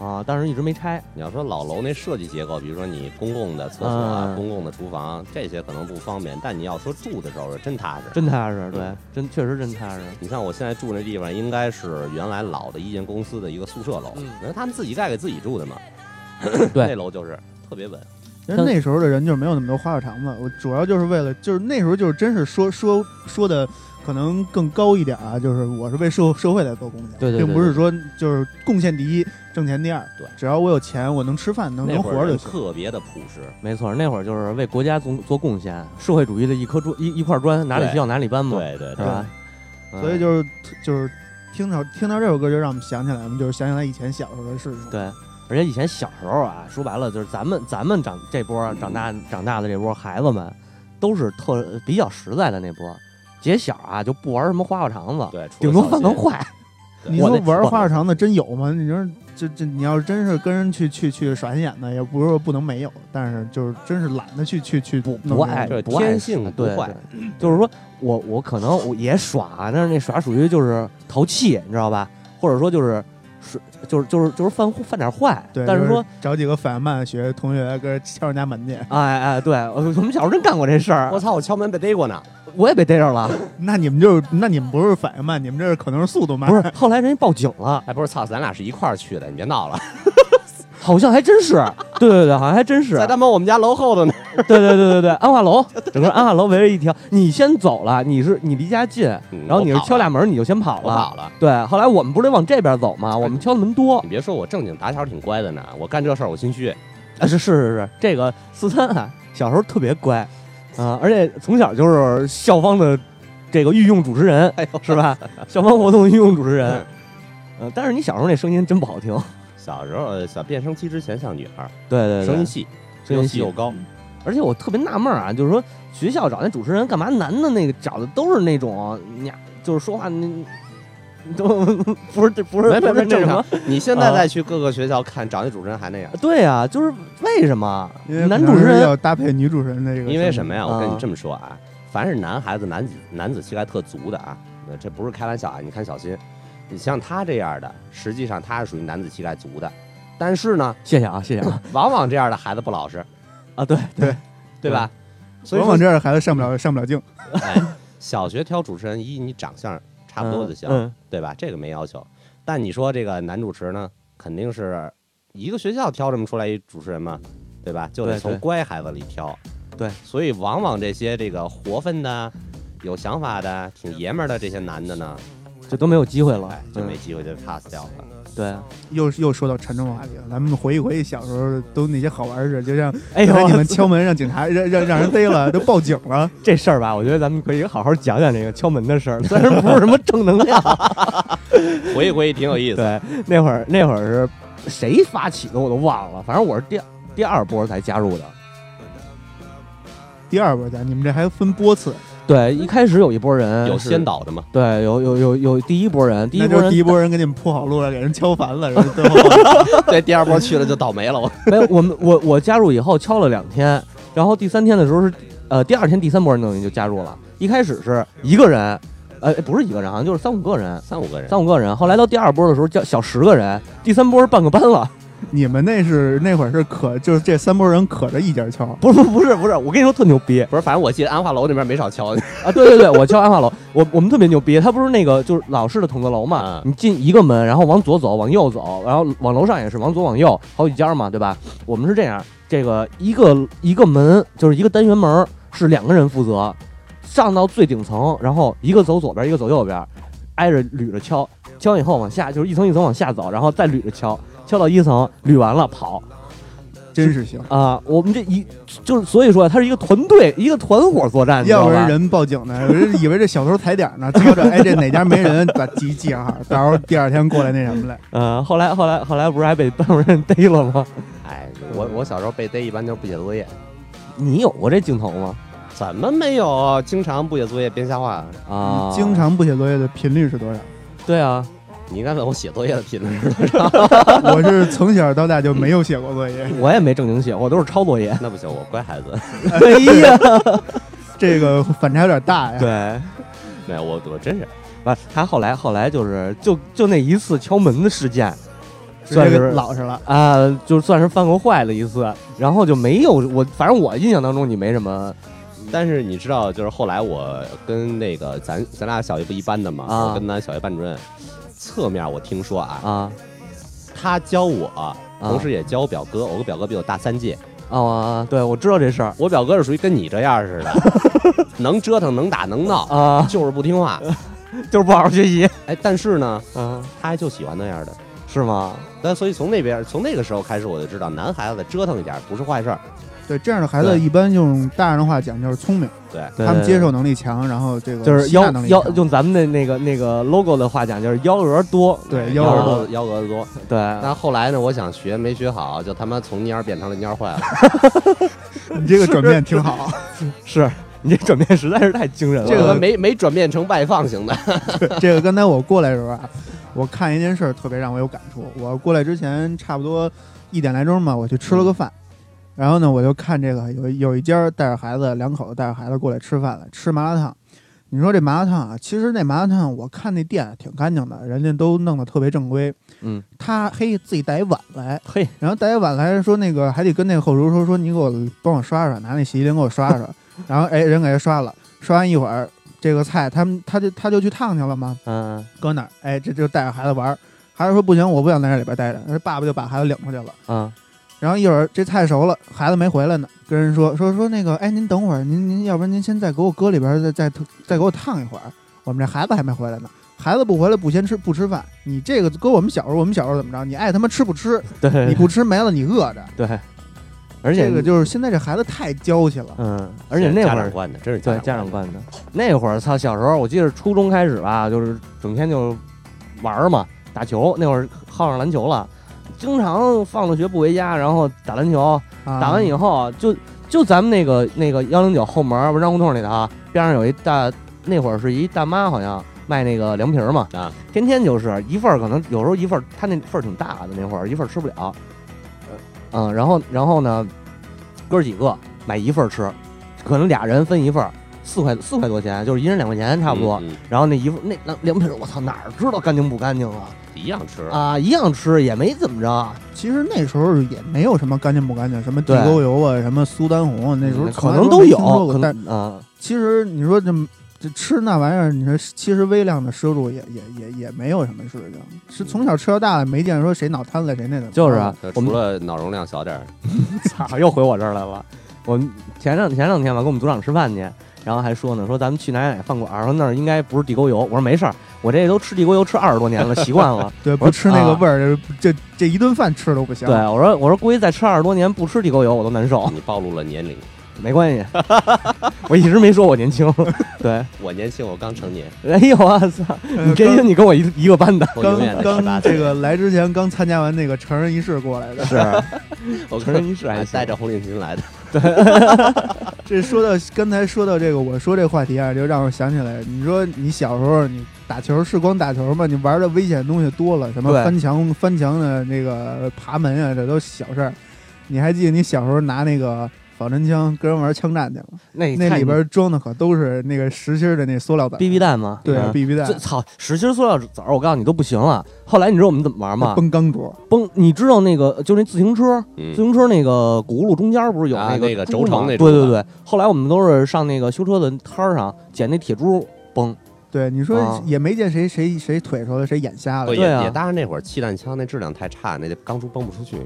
啊，但是一直没拆。你要说老楼那设计结构，比如说你公共的厕所啊嗯、公共的厨房这些可能不方便，但你要说住的时候是真踏实。真踏嗯实，对，真确实真踏实。你看我现在住那地方，应该是原来老的一建公司的一个宿舍楼嗯，那、他们自己盖给自己住的嘛。对 那楼就是特别稳。因为那时候的人就没有那么多花花肠子，我主要就是为了，就是那时候就是真是说说说的可能更高一点啊，就是我是为社社会在做贡献，对对对并不是说就是贡献第一，挣钱第二，对只要我有钱，我能吃饭，能那能会活儿着就人行。特别的朴实，没错，那会儿就是为国家做做贡献，社会主嗯义的一颗砖一一块砖，哪里需要哪里搬嘛，对对是吧？嗯所以就是就是听到听到这首歌，就让我们想起来，我们就是想起来以前小时候的事情。对，而且以前小时候啊，说白了就是咱们咱们长这波儿长大长大的这波孩子们，都是特比较实在的那波儿。姐小啊，就不玩什么花花肠子，对，除顶了多小犯个心坏。你我说那玩我花肠的真有吗？你说这这，你要是真是跟人去去去耍心眼的，也不是说不能没有，但是就是真是懒得去去去不不爱对不爱天性不对坏，对就是说我我可能我也耍，但是那耍属于就是淘气，你知道吧？或者说就是是就是就是就是犯犯点坏，对，但是就说找几个反曼学同学跟人敲人家门去，哎哎，对我我们小时候真干过这事儿我，操，我敲门被逮过呢。我也被逮着了，那你们就是那你们不是反应慢，你们这是可能是速度慢。不是，后来人家报警了，哎，不是，操，咱俩是一块儿去的，你别闹了，好像还真是，对对对，好像还真是，啊在他妈我们家楼后头呢。对对对对对，安化楼，整个安化楼围着一条。你先走了，你是你离家近，嗯然后你是我跑敲啊了俩门你就先跑我跑了。了。对，后来我们不是得往这边走吗？我们敲的门多你，别说我正经打小挺乖的呢，我干这事儿我心虚。啊，是是是是，这个四三啊，小时候特别乖，啊，而且从小就是校方的这个御用主持人，哎呦，是吧？校方活动御用主持人嗯，嗯，但是你小时候那声音真不好听，小时候呃小变声期之前像女孩儿，对对对，声音细，声又音细细又高。而且我特别纳闷儿啊，就是说学校找那主持人干嘛？男的那个找的都是那种，呀，就是说话那都不是不是没没不没是正常。你现在啊再去各个学校看，找那主持人还那样，对啊，就是为什么因为男可能主持是人要搭配女主持人的这个，因为什么？呀？我跟啊你这么说啊，凡是男孩子男子男子气概特足的啊，呃这不是开玩笑啊。你看小新，你像他这样的，实际上他是属于男子气概足的，但是呢，谢谢啊，谢谢啊往往这样的孩子不老实，啊，对对对吧？所以往说往这样的孩子上不了上不了镜，哎，小学挑主持人，一你长相差不多就行，嗯对吧？这个没要求。但你说这个男主持呢，肯定是一个学校挑这么出来一主持人嘛，对吧？就得对从对乖孩子里挑。对所以往往这些这个活泛的、有想法的、挺爷们儿的这些男的呢，嗯就都没有机会了哎，，就没嗯机会就 pass 掉了。对。又又说到沉重话题了。咱们回忆回忆小时候都那些好玩的事，就像哎刚才呦，你们敲门让警察让让让人逮了，都报警了。这事儿吧，我觉得咱们可以好好讲讲这个敲门的事 儿，虽然不是什么正能量，回忆回忆挺有意思。 对，那会儿那会儿是谁发起的我都忘了，反正我是第第二波才加入的。第二波咱你们这还分波次，对，一开始有一波人有是先，导 的嘛？对，有有有有第一波人，第一那波就是人第一波人给你们铺好路了，给人敲烦了，然后最 后对，第二波去了就倒霉了。我没有我们我我加入以后敲了两天，然后第三天的时候是呃第二天第三波人等于就加入了，一开始是一个人，呃不是一个人，好像就是三五个人，三五个人，三五个人，后来到第二波的时候叫小十个人，第三波是半个班了，你们那是那会儿是可就是这三波人可着一家敲，不是不是不是，我跟你说特牛逼，不是，反正我记得安化楼那边没少敲。啊，对对对，我敲安化楼，我我们特别牛逼，它不是那个就是老式的筒子楼嘛嗯，你进一个门，然后往左走，往右走，然后往楼上也是往左往右，好几家嘛，对吧？我们是这样，这个一个一个门就是一个单元门是两个人负责，上到最顶层，然后一个走左边，一个走右边，挨着捋着敲，敲完以后往下就是一层一层往下走，然后再捋着敲，敲到一层捋完了跑，真是行。啊、我们这一就是所以说它是一个团队，一个团伙作战，你知道要不吧然人报警呢，我这以为这小偷踩点儿呢， 敲着哎这哪家没人，把记记 上号，到时候第二天过来那什么来。呃，后来后来后来不是还被班主任逮了吗？哎，我我小时候被逮一般就是不写作业， 你有过这镜头吗？怎么没有啊？经常不写作业编瞎话。啊，经常不写作业的频率是多少？对啊，你应该问我写作业的频率是多少？我是从小到大就没有写过 作业，我也没正经写，我都是抄作 业 。那不行，我乖孩子。哎呀，这个反差有点大呀。对，没有，我我真是完他后来后来就是就就那一次敲门的事件直接算给是老实了。啊、就算是犯过坏了一次，然后就没有我，反正我印象当中你没什么但是你知道，就是后来我跟那个咱咱俩小学不一班的嘛，啊我跟咱小学班主任侧面我听说啊，啊他教我，同时也教我表哥，我跟表哥比我大三届，啊，对我知道这事儿我表哥是属于跟你这样似的， 能折腾能打能闹，啊， 就是不听话。就是不好好学习哎，但是呢，啊，他还就喜欢那样的。是吗？那所以从那边从那个时候开始，我就知道男孩子折腾一点不是坏事儿，对，这样的孩子对一般用大人的话讲就是聪明，对，他们接受能力强，然后这个就是吸纳幺能力幺，强用咱们的那个那个 logo 的话讲，就是幺蛾多。对幺幺蛾 蛾多啊子幺蛾子多。对，啊但后来呢，我想学没学好，就他妈从蔫儿变成了蔫儿坏了。你这个转变挺好，是你这转变实在是太惊人了。呃这个没没转变成外放型的， 这个刚才我过来的时候啊，我看一件事儿特别让我有感触。我过来之前差不多一点来钟吧，我去吃了嗯个饭，然后呢，我就看这个有有一家带着孩子两口子带着孩子过来吃饭了，吃麻辣烫。你说这麻辣烫啊，其实那麻辣烫我看那店啊挺干净的，人家都弄得特别正规。嗯，他嘿自己带一碗来，嘿，然后带一碗来说那个还得跟那个后厨说说你给我帮我刷刷，拿那洗衣灵给我刷 刷。然后哎人给他刷了，刷完一会儿这个菜他们他就他就去烫去了嘛，嗯搁那儿，哎，这就带着孩子玩儿。孩子说不行，我不想在这里边待着。那爸爸就把孩子领出去了。嗯然后一会儿这菜熟了，孩子没回来呢，跟人说说说那个，哎，您等会儿，您您要不然您先再给我搁里边儿再再再给我烫一会儿，我们这孩子还没回来呢。孩子不回来不先吃不吃饭，你这个搁我们小时候，我们小时候怎么着？你爱他妈吃不吃，你对不吃没了你饿着。嗯对， 而且这个就是现在这孩子太娇气了，嗯，而且那家会长儿惯的，真是对家长惯的。那会儿操，小时候我记得初中开始吧，就是整天就玩儿嘛，打球。那会儿好上篮球了，经常放了学不回家，然后打篮球。啊、打完以后就就咱们那个那个幺零九后门儿文章胡同里头啊，边上有一大那会儿是一大妈，好像卖那个凉皮儿嘛，啊，天天就是一份儿，可能有时候一份儿，她那份儿挺大的，那会儿一份儿吃不了，嗯，然后然后呢，哥儿几个买一份儿吃，可能俩人分一份儿。四块四块多钱，就是一人两块钱差不多。嗯，嗯然后那一份那凉凉皮儿，我操，哪儿知道干净不干净啊？一样吃。啊，一样吃也没怎么着，啊其实那时候也没有什么干净不干净，什么地对沟油啊，什么苏丹红啊，那时嗯候可从来能都都没有，听说过可但能啊，其实你说这这吃那玩意儿，你说其实微量的摄入也也也也没有什么事情，是从小吃到大没见说谁脑瘫了谁那种。嗯就是啊，就我们呃除了脑容量小点儿， 操，啊又回我这儿来了。我们前两前两天吧，跟我们组长吃饭去，然后还说呢，说咱们去哪哪哪饭馆，说那儿应该不是地沟油。我说没事儿，我这都吃地沟油吃二十多年了，习惯 了。对，我不吃那个啊味儿，这这这一顿饭吃都不行。对，我说我说估计再吃二十多年不吃地沟油我都难受，你暴露了年龄。没关系， 我一直没说我年轻。 对，我年轻，我刚成年，哎呦我操，呃你真行， 你跟我一一个 班的。我刚永远的十刚八刚岁这。个来之前刚参加完那个成人仪式过来的。是，我成人仪式还还行啊带着红领巾来的，这说到刚才说到这个，我说这话题啊，就让我想起来，你说你小时候你打球是光打球吗？你玩的危险的东西多了，什么对翻墙、翻墙的那个爬门啊，这都小事儿。你还记得你小时候拿那个仿真枪跟人玩枪战去吗？那你那看里边装的可都是那个实心儿的那塑料你袋， BB 弹吗？对嗯 BB 这弹，操，实心塑料纸，我告诉你都不行了。后来你知道我们怎么啊玩 吗？崩钢珠，崩，你知道那个就那自行车，嗯自，行车那个轱辘中间不是有啊个那个珠轴承吗那种对对的对，后来我们都是上那个修车的摊儿上捡那铁珠崩。对，你说啊也没见谁谁谁腿抽了，谁眼瞎了对我，也啊也当然那会儿气弹枪那质量太差，那钢珠崩不出去。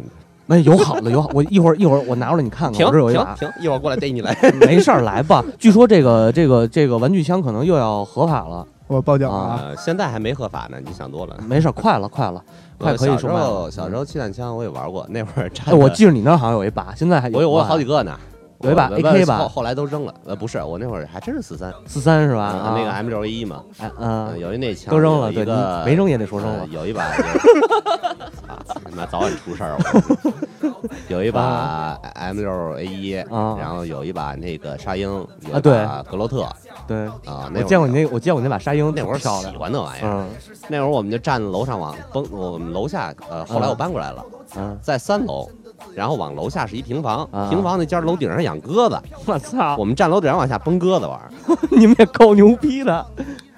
那哎有好的有好，我一会儿一会儿我拿出来你看看，停我这有一停把，嗯停，一会儿过来逮你来。没事儿来吧。 据说这个这个这个玩具枪可能又要合法了，我报警了啊！呃，现在还没合法呢，你想多了。没事儿，快了快了，快我可以小时售卖候了。嗯小时候气弹枪我也玩过，那会儿站哎，我着记着你那儿好像有一把，现在还有我有我有好几个个呢，有一把我 AK 我吧后后来都扔了。呃，不是，我那会儿还真是四三四三是吧？啊，那个啊 M 六一嘛，哎嗯嗯，有一那枪都扔了，对，有你一个没扔也得说扔呃了。有一把就是，啊，他妈早晚出事儿。我跟你说有一把 M 六 A 一，啊然后有一把那个沙鹰，有啊一对把格洛特啊。对，那我会儿见过你那我见过你那把沙鹰，那会挺儿漂亮喜。欢那玩意儿，嗯那会儿我们就站楼上往崩，我们楼下呃，后来我搬过来了，嗯， 在三楼，然后往楼下是一平房啊，平房那家楼顶上养鸽子，我操，我们站楼顶上往下崩鸽子玩儿，你们也够牛逼的。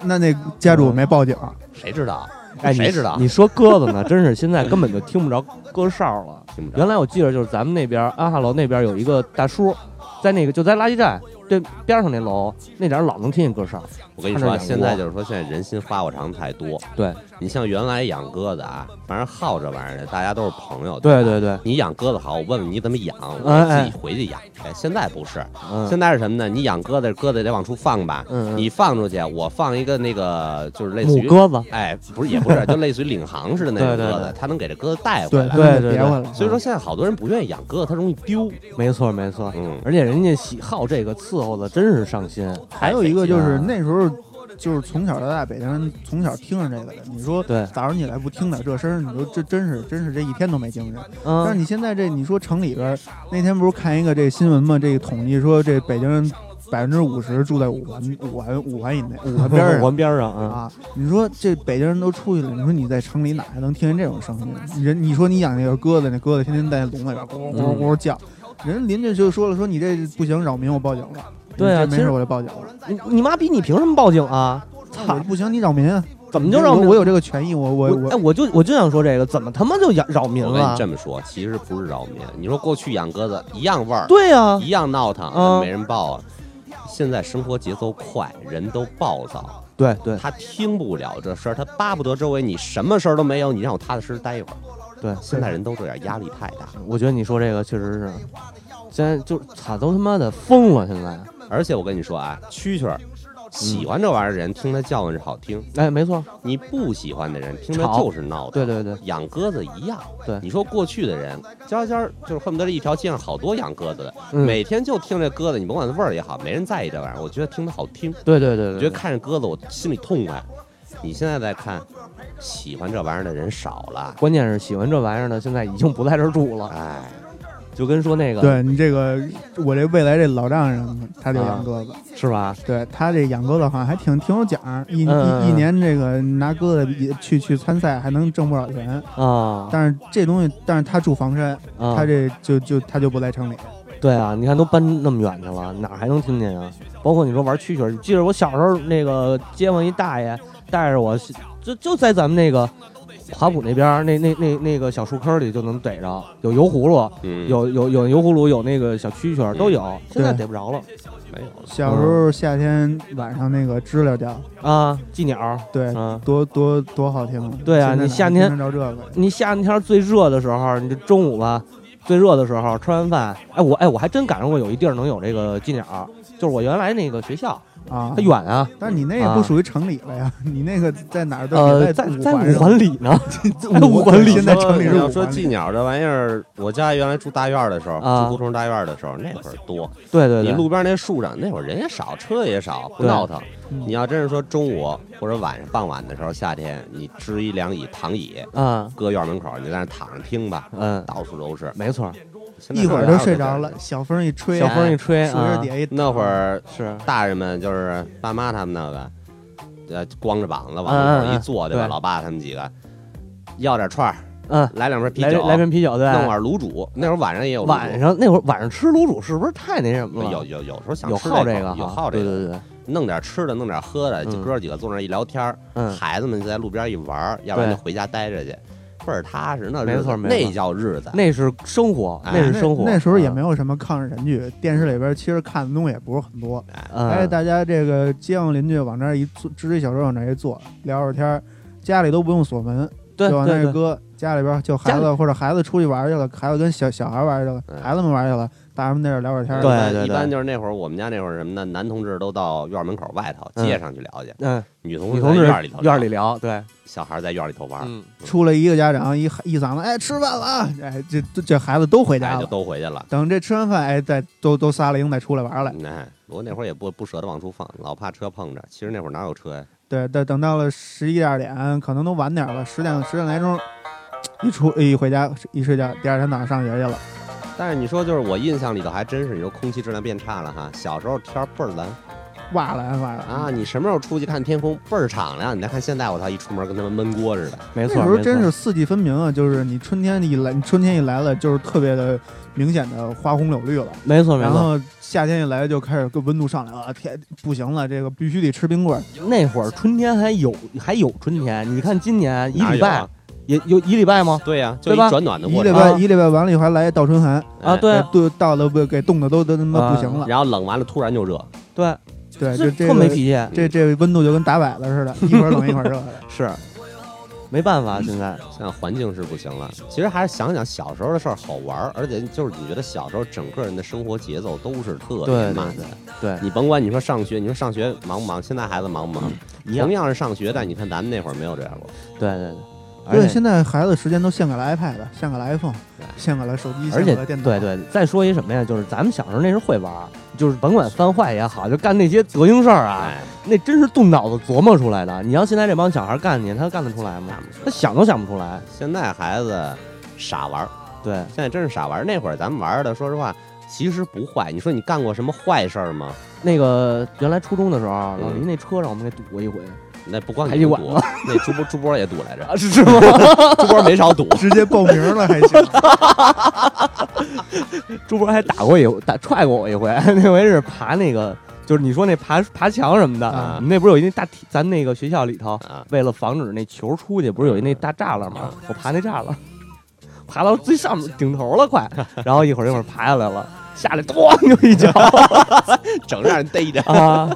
那那家啊主没报警，谁知道？哎，你谁知道啊你？说鸽子呢，真是现在根本就听不着鸽哨了。 听不着原来我记得就是咱们那边安哈楼那边有一个大叔，在那个就在垃圾站，对边上那楼那点儿老能听见歌声。我跟你说啊，现在就是说，现在人心花果肠太多。对你像原来养鸽子啊，反正好这玩意儿的，大家都是朋友。对吧对对，你养鸽子好，我问问你怎么养，哎我哎自己回去养去。现在不是，嗯现在是什么呢？你养鸽子，鸽子得往出放吧。嗯嗯你放出去，我放一个那个就是类似母于，鸽子，哎，不是也不是，就类似于领航似的那种 对对鸽子对，它能给这鸽子带回对，来。它得对对别啊对回来。所以说现在好多人不愿意养鸽子，它容易丢。没错没错。嗯，而且人家喜好这个伺候的真是上心，还有一个就太费是劲了那时候，就是从小到大，北京人从小听着这个的。你说对早上起来不听点这声儿，你就这真是真是这一天都没精神。但是嗯你现在这，你说城里边儿那天不是看一个这新闻吗？这个统计说这北京人百分之五十住在五环五环五环以内， 五环边儿上。环边儿上啊，啊，你说这北京人都出去了，你说你在城里哪还能听见这种声音？人你说你养那个鸽子，那鸽子天天在笼子里边咕咕咕咕叫，嗯人邻居就说了，说你这不行，扰民，我报警了。对啊你这没其实事我就报警了。你你妈逼你凭什么报警啊？操我，不行，你扰民啊！怎么就扰民？我我有这个权益，我我哎，我我就我就想说这个，怎么他妈就扰扰民我跟你了这？么说，其实不是扰民。你说过去养鸽子一样味儿，对啊，一样闹嗯腾，没人报啊。现在生活节奏快，人都暴躁，对对他听不了这事儿，他巴不得周围你什么事儿都没有，你让我踏踏实实待一会儿。对，现在人都这样，压力太大。我觉得你说这个确实是，现在就操都他妈的疯了，现在。而且我跟你说啊，蛐蛐儿嗯喜欢这玩意儿的人，听它叫唤是好听；哎，没错，你不喜欢的人，听着吵就是闹腾。对对对，养鸽子一样，对你说过去的人，家家就是恨不得这一条街上好多养鸽子的，嗯每天就听这鸽子，你甭管它味儿也好，没人在意这玩意儿。我觉得听着好听，对对对我对，觉得看着鸽子我心里痛快。你现在再看，喜欢这玩意儿的人少了，关键是喜欢这玩意儿的，现在已经不在这儿住了，哎，就跟说那个对你这个我这未来这老丈人他啊就养鸽子，是吧？对他这养鸽子好像还挺挺有奖儿，一、嗯一一年这个拿鸽子比去去参赛还能挣不少钱。啊但是这东西，但是他住房山，啊，他这就就他就不在城里。对啊，你看都搬那么远去了，哪儿还能听见啊？包括你说玩蛐蛐儿，记得我小时候那个街坊一大爷带着我，就就在咱们那个华普那边儿那那那那个小树坑里就能逮着，有油葫芦，嗯，有有有油葫芦，有那个小蛐蛐儿都有，现在对逮不着了没有了？小时候夏天晚上那个知了叫，啊，寄鸟儿，对，啊。多多多好听啊。对啊现在你哪夏能天听着这个，你夏天最热的时候，你这中午吧，最热的时候吃完饭，哎，我哎我还真赶上过有一地儿能有这个鸡鸟儿，就是我原来那个学校，啊它，远啊，但是你那也啊不属于城里了呀， 你那个在哪儿都呃，得在五在环五上环里呢， 在五五环里现在城里你是要五说环寄里。鸟这玩意儿，我家原来住大院儿的时候，啊住胡同大院儿的时候，那会儿多。对对你对，路边那树上，那会儿人也少，车也少，不对闹腾。嗯你要真是说中午或者晚上傍晚的时候，夏天你支一凉椅、躺椅，啊，搁院门口，你在那儿躺着听吧，嗯，到处都是。没错，现在一会儿这就玩意睡着都了，小风一吹，小风一吹树叶啊，底下一那会儿是大人们就是爸妈他们那个，呃，光着膀子往那嗯嗯儿嗯一坐，对吧？对老爸他们几个要点串儿，嗯，来两瓶啊啤来酒，来瓶啤酒对，弄碗卤煮。那会儿晚上也有卤煮嗯晚上那会儿晚上吃卤煮是不是太那什么了？有有有时候想有吃好这个哈，有好这对个，对对，弄点吃的，弄点喝的，就嗯哥几个坐那儿一聊天儿，嗯，孩子们就在路边一玩儿，要不然对就回家待着去，倍儿踏实。那没日错子没错那叫日子。那是生活，哎那是生活，啊那时候也没有，有什么抗日神剧，电视里边其实看的东西也不是很多。哎，嗯，大家这个街坊邻居往那儿一坐，支一小桌往那儿一坐，聊会儿天儿，家里都不用锁门，对就往那儿对对，一搁。家里边儿就孩子或者孩子出去玩儿去了，孩子跟小小孩玩儿去了，嗯孩子们玩儿去了，大人们在这儿聊会儿天儿。一对般对一般就是那会儿我们家那会儿什么呢？男同志都到院门口外头嗯街上去聊去，嗯，女同女志同在志院里头院聊里聊，对，小孩在院里头玩儿，嗯，出来一个家长一一嗓子，哎，吃饭了啊，哎，这这这孩子都回大家家就了。都回去了。等这吃完饭，哎，再都都撒了鹰再出来玩儿来。哎，我那会儿也不不舍得往出放，老怕车碰着。其实那会儿哪有车呀？对，等等到了十一二点，可能都晚点了，十点十点来钟，一出一回家一睡觉，第二天早上上学去了。但是你说就是我印象里头还真是，你说空气质量变差了哈。小时候天儿倍儿蓝哇了哎哇了啊，！你什么时候出去看天空倍儿敞亮？你再看现在，我操，一出门跟他们闷锅似的。没那错，时候没真错是四季分明啊，就是你春天一来，你春天一来了，就是特别的明显的花红柳绿了。没错没然错。后夏天一来就开始温度上来了，天不行了，这个必须得吃冰棍儿。那会儿春天还有还有春天，你看今年一哪礼有拜、啊也有一礼拜吗？对呀、就对一吧转暖的一过礼程。拜啊一礼拜完了以后还来倒春寒，啊，哎，对冻到了不给冻的都都他妈不行了，然后冷完了突然就热，对，啊对，就这哎这特没个脾气，这这温度就跟打摆了似的，一会儿冷一会儿 热的。是没办法，现在现在环境是不行了。其实还是想想小时候的事儿好玩儿，而且就是你觉得小时候整个人的生活节奏都是特别对慢对的。对你甭管你说上学，你说上学忙不忙？现在孩子忙不忙？嗯一样同，样是上学，但你看咱们那会儿没有这样过。对对对，而对，且现在孩子时间都献给了 iPad，献给了 iPhone，献给了手机，而献且给了电脑。对对，再说一什么呀？就是咱们小时候那时候会玩儿，就是甭管翻坏也好，就干那些德行事儿啊，哎，那真是动脑子琢磨出来的。你要现在这帮小孩干你，他干得出来吗干不出？来他想都想不出来。现在孩子傻玩儿，对，现在真是傻玩儿。那会儿咱们玩儿的，说实话其实不坏。你说你干过什么坏事儿吗？那个原来初中的时候，老嗯林那车让我们给堵过一回那不光海你底们管堵吗，那朱波朱波也堵来着，啊，是吗？朱波没 少堵。 直接报名了还行，朱波还打过一回打踹过我一回， 那回是爬那个，就是你说那爬爬墙什么的，啊我们那不是有一那大铁，咱那个学校里头，啊，为了防止那球出去，不是有一那大栅栏吗？我爬那栅栏， 爬到最上面顶头了，快，然后一会儿一会儿爬下来了，下来咣就一脚整让人逮着。啊！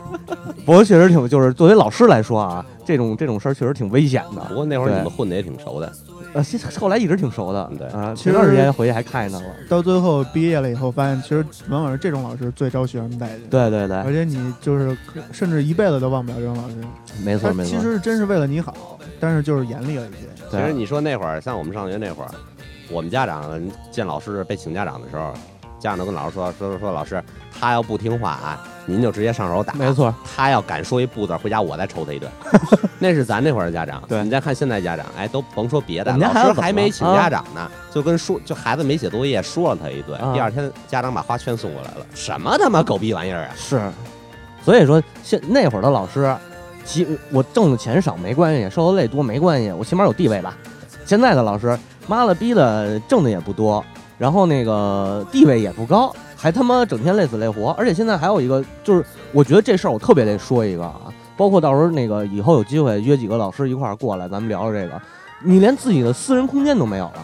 不过确实挺，就是作为老师来说啊，这种这种事儿确实挺危险的不。过那会儿对你们混的也挺熟的，呃，其实后来一直挺熟的，对啊，其前段时实间回去还看见他了，到最后毕业了以后，发现其实往往是这种老师最招学生待见。，对对对，而且你就是可甚至一辈子都忘不了这种老师。没错他没错其，实真是为了你好，但是就是严厉了一些。其实你说那会儿，像我们上学那会儿，我们家长见老师被请家长的时候，家长都跟老师说说说老师，他要不听话啊，您就直接上手打。没错，他要敢说一不字儿，回家我再抽他一顿。 那是咱那会儿的家长。对你再看现在家长，哎，都甭说别的，我们家老孩师子怎么还了没请啊家长呢，就跟说，就孩子没写作业，说了他一顿。啊第二天家长把花圈送过来了，什么他妈狗逼玩意儿啊！是，所以说现那会儿的老师，其我挣的钱少没关系，受的累多没关系，我起码有地位吧。现在的老师，妈了逼的挣的也不多，然后那个地位也不高，还他妈整天累死累活。而且现在还有一个，就是我觉得这事儿我特别得说一个啊，包括到时候那个以后有机会约几个老师一块儿过来，咱们聊聊这个。你连自己的私人空间都没有了，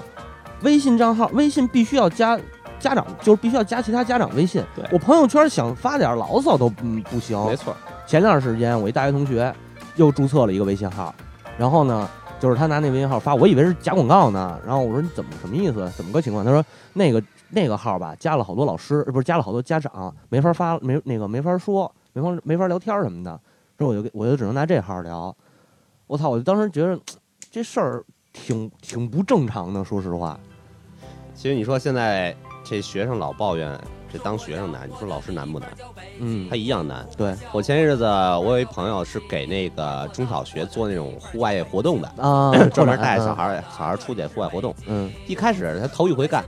微信账号，微信必须要加家长，就是必须要加其他家长微信。对我朋友圈想发点牢骚都嗯不行。没错，前段时间我一大学同学又注册了一个微信号，然后呢，就是他拿那微信号发，我以为是假广告呢。然后我说你怎么什么意思？怎么个情况？他说那个那个号吧，加了好多老师，呃不是加了好多家长，没法发，没那个没法说，没法没法聊天什么的。说我就给我就只能拿这号聊。我操！我就当时觉得这事儿挺挺不正常的，说实话。其实你说现在这学生老抱怨这当学生难，你说老师难不难？嗯他，一样难。对我前些日子我有一朋友是给那个中小学做那种户外活动的，，啊 专门带拓展小孩儿小孩儿出去户外活动。嗯一开始他头一回干，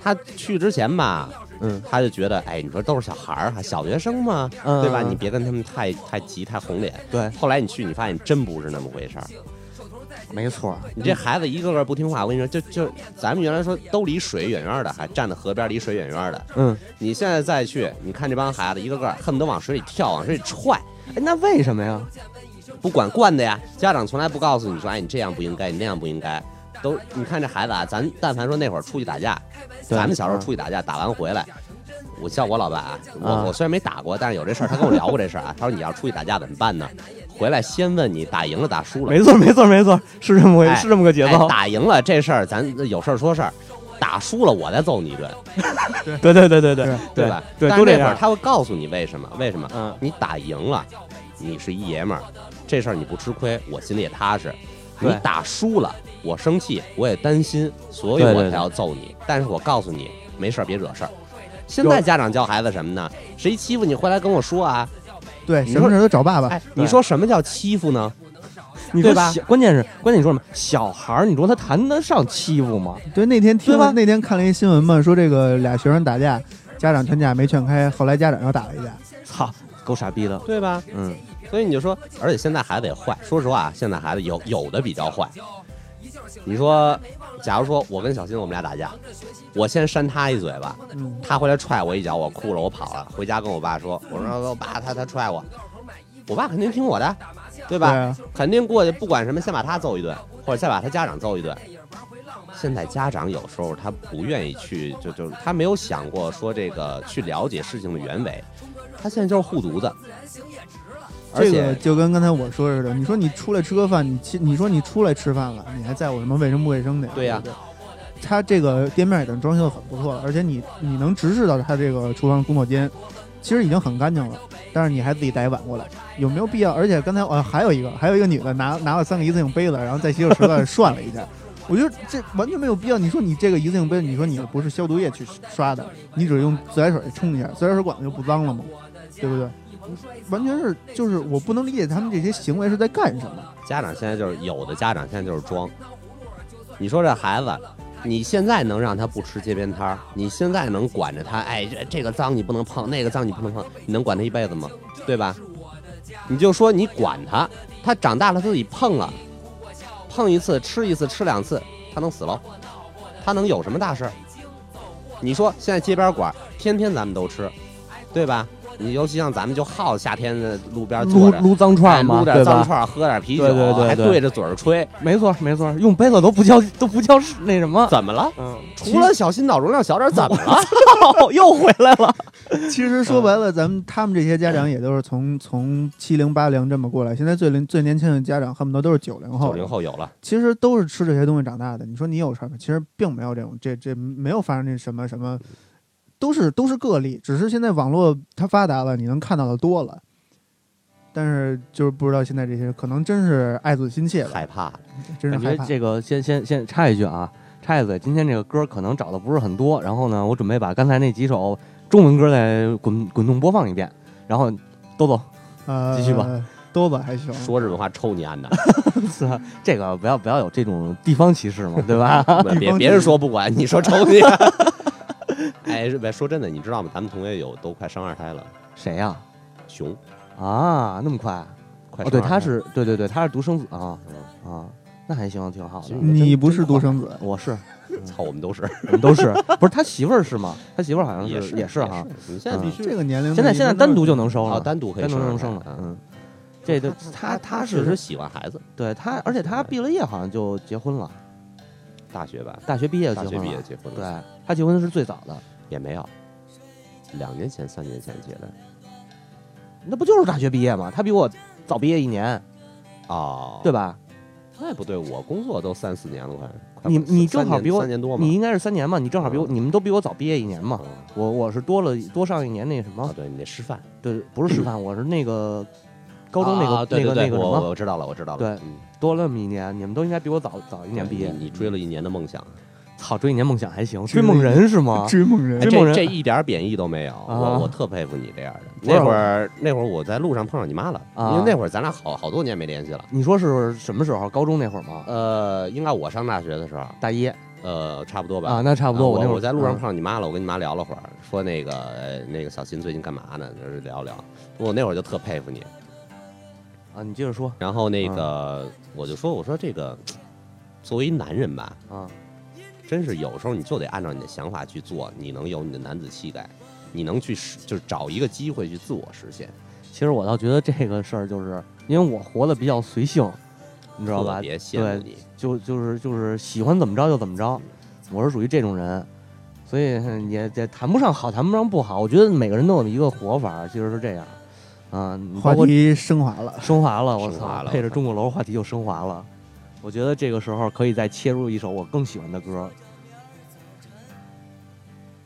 他去之前吧，嗯他就觉得，哎，你说都是小孩儿，小学生嘛，嗯，对吧？嗯你别跟他们太太急太红脸。对，后来你去，你发现真不是那么回事儿。没错儿，你这孩子一个个不听话，我跟你说，就就咱们原来说都离水远远的，还站在河边离水远远的。嗯，你现在再去，你看这帮孩子一个个恨不得往水里跳，往水里踹，哎，那为什么呀？不管惯的呀。家长从来不告诉你说，哎，你这样不应该，你那样不应该。都，你看这孩子啊，咱但凡说那会儿出去打架，对咱们小时候嗯出去打架，打完回来，我像我老爸啊，啊我我虽然没打过，但是有这事儿，他跟我聊过这事儿啊。他说你要出去打架怎么办呢？回来先问你打赢了打输了，没错，没错，没错，是这么回，哎是这么个节哎奏。打赢了这事儿咱有事儿说事儿，打输了我再揍你一顿，对对对对对对对吧？对，但都是这那会儿样。他会告诉你为什么，为什么嗯，你打赢了，你是一爷们儿，这事儿你不吃亏，我心里也踏实。对你打输了，我生气，我也担心，所以对我对才要揍你。但是我告诉你，没事儿别惹事儿。现在家长教孩子什么呢？谁欺负你回来跟我说啊！对，你什么事儿都找爸爸。哎，你说什么叫欺负呢？你对说吧小？关键是关键你说什么？小孩儿，你说他谈得上欺负吗？对，那天听对吧那天看了一新闻嘛，说这个俩学生打架，家长劝架没劝开，后来家长又打了一架。操，够傻逼的。对吧？嗯，所以你就说，而且现在孩子也坏。说实话啊，现在孩子有有的比较坏。你说，假如说我跟小新我们俩打架，我先扇他一嘴巴，嗯，他回来踹我一脚，我哭了，我跑了，回家跟我爸说，我说我爸他他踹我，我爸肯定听我的，对对吧？啊，肯定过去不管什么，先把他揍一顿，或者再把他家长揍一顿。现在家长有时候他不愿意去，就就他没有想过说这个去了解事情的原委，他现在就是护犊子，而这且、个就跟刚才我说似的，你说你出来吃个饭，你其你说你出来吃饭了，你还在乎什么卫生不卫生的呀？对呀不他这个店面已经装修得很不错了，而且你你能直视到他这个厨房工作间，其实已经很干净了。但是你还自己带一碗过来，有没有必要？而且刚才哦，还有一个，还有一个女的拿拿了三个一次性杯子，然后在洗手池外涮了一下。我觉得这完全没有必要。你说你这个一次性杯，你说你不是消毒液去刷的，你只是用自来水冲一下，自来水管子就不脏了吗？对不对？完全是就是我不能理解他们这些行为是在干什么。家长现在就是有的家长现在就是装。你说这孩子，你现在能让他不吃街边摊儿，你现在能管着他，哎，这这个脏你不能碰，那个脏你不能碰，你能管他一辈子吗？对吧？你就说你管他，他长大了他自己碰了，碰一次吃一次吃两次，他能死喽？他能有什么大事儿？你说现在街边馆儿天天咱们都吃，对吧？你尤其像咱们就好夏天的路边坐撸着，撸脏哎串嘛，撸对点脏吧？串儿，喝点啤酒，对对对还对对着嘴儿吹，没错没错，用杯子都不叫都不叫是那什 么。 怎么了？嗯，除了小心脑容量小点儿，怎么 了？操，哦又回来了。其实说白了，咱们他们这些家长也都是从从七零八零这么过来，现在最零最年轻的家长恨不得都是九零后，九零后有了，其实都是吃这些东西长大的。你说你有事儿吗？其实并没有这种，这这没有发生这什么什么，都是都是个例。只是现在网络它发达了，你能看到的多了，但是就是不知道现在这些可能真是爱子心切吧，害怕了。真是感觉害怕。这个先先先插一句啊，插一嘴，今天这个歌可能找的不是很多，然后呢，我准备把刚才那几首中文歌再滚滚动播放一遍，然后豆豆，呃，继续吧，多吧还嗯行。说日本话抽你安的， 这个不要不要有这种地方歧视嘛，对吧？别方别人说不管，你说抽你。 哎，日本说真的，你知道吗？咱们同学有都快生二胎了，谁呀、熊啊？那么快？快生二胎了。哦，对，他是对对对，他是独生子啊嗯，啊，那还行，挺好的。你不是独生子，我是，操，我们都是我们都是，不是他媳妇儿是吗？他媳妇儿好像也也是哈。。你现在必须这个年龄嗯现在现在单独就能收哦，了，单独可以单独能生生二了胎。，嗯，这就他他确实是喜欢孩子，对他，而且他毕了业好像就结婚了，大学吧，大学毕业就大结学婚毕业了。结婚了，对他结婚的是最早的，也没有，两年前、三年前结的。那不就是大学毕业吗？他比我早毕业一年，哦，对吧？那也不对，我工作都三四年了，快。快你三你正好三年比我三年多嘛，你应该是三年嘛，你正好比我，你们都比我早毕业一年嘛。嗯我我是多了多上一年那什么啊，，对你得吃饭，对，不是师范，我是那个高中那啊个对那对个对那个什我么，我知道了，我知道了，对嗯，多了那么一年，你们都应该比我早早一年毕业。你你追了一年的梦想，操，追一年梦想还行，追追了梦一人是吗？ 追梦哎人追这梦人这一点贬义都没有，啊我我特佩服你这样的。我也那会儿那会儿我在路上碰上你妈了，啊因为那会儿咱俩好好多年没联系了。你说是什么时候？高中那会儿吗？呃，应该我上大学的时候，大一呃，差不多吧。啊，那差不多。我那会儿我在路嗯上碰上你妈了，我跟你妈聊了会儿，说那个呃那个小新最近干嘛呢？就是聊聊。我那会儿就特佩服你，啊，你接着说然后那个、我就说，我说这个作为男人吧，啊。真是有时候你就得按照你的想法去做，你能有你的男子气概，你能去实就是找一个机会去自我实现，其实我倒觉得这个事儿，就是因为我活得比较随性，你知道特吧？别羡慕对，你。就就是就是喜欢怎么着就怎么嗯着，我是属于这种人，所以哼也也谈不上好，谈不上不好。我觉得每个人都有一个活法，其实是这样，啊、你话包括题升华了。升华了，我升华操，了配着我操钟鼓楼话题就升华了。我觉得这个时候可以再切入一首我更喜欢的歌，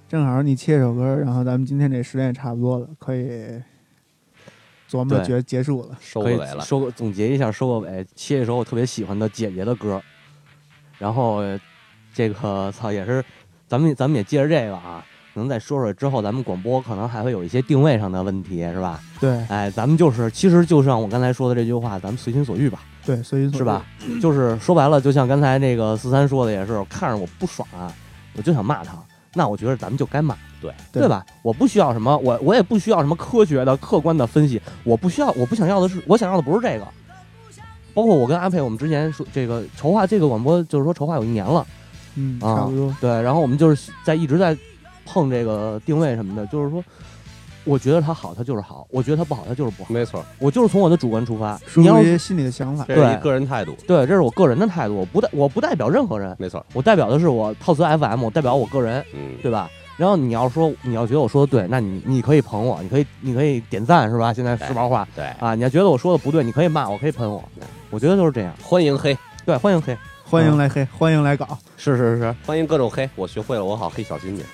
正好你切首歌，然后咱们今天这时间也差不多了，可以琢磨对结结束了。收可尾以了，收个总结一下，收个尾，切一首我特别喜欢的姐姐的歌，然后呃这个操也是，咱们咱们也借着这个啊，能再说说之后咱们广播可能还会有一些定位上的问题，是吧？对哎，咱们就是其实就像我刚才说的这句话，咱们随心所欲吧，对，所以是吧？？就是说白了，就像刚才那个四三说的也是，我看着我不爽啊，我就想骂他。那我觉得咱们就该骂，对对对吧？我不需要什么，我我也不需要什么科学的、客观的分析，我不需要，我不想要的是，我想要的不是这个。包括我跟阿佩，我们之前说这个筹划这个广播，就是说筹划有一年了，嗯，啊差不多。对，然后我们就是在一直在碰这个定位什么的，就是说我觉得它好，它就是好；我觉得它不好，它就是不好。没错，我就是从我的主观出发。说你要出一是些心里的想法。这是一对个人态度，对，这是我个人的态度，我不代我不代表任何人，没错，我代表的是我套词 FM，我代表我个人，嗯，对吧？然后你要说你要觉得我说的对，那你你可以捧我，你可以你可以点赞是吧？现在时髦话对，啊，你要觉得我说的不对，你可以骂我，可以喷我对，我觉得就是这样。欢迎黑，对，欢迎黑，欢啊迎来黑，欢迎来搞。是是是，欢迎各种黑，我学会了，我好黑小新去，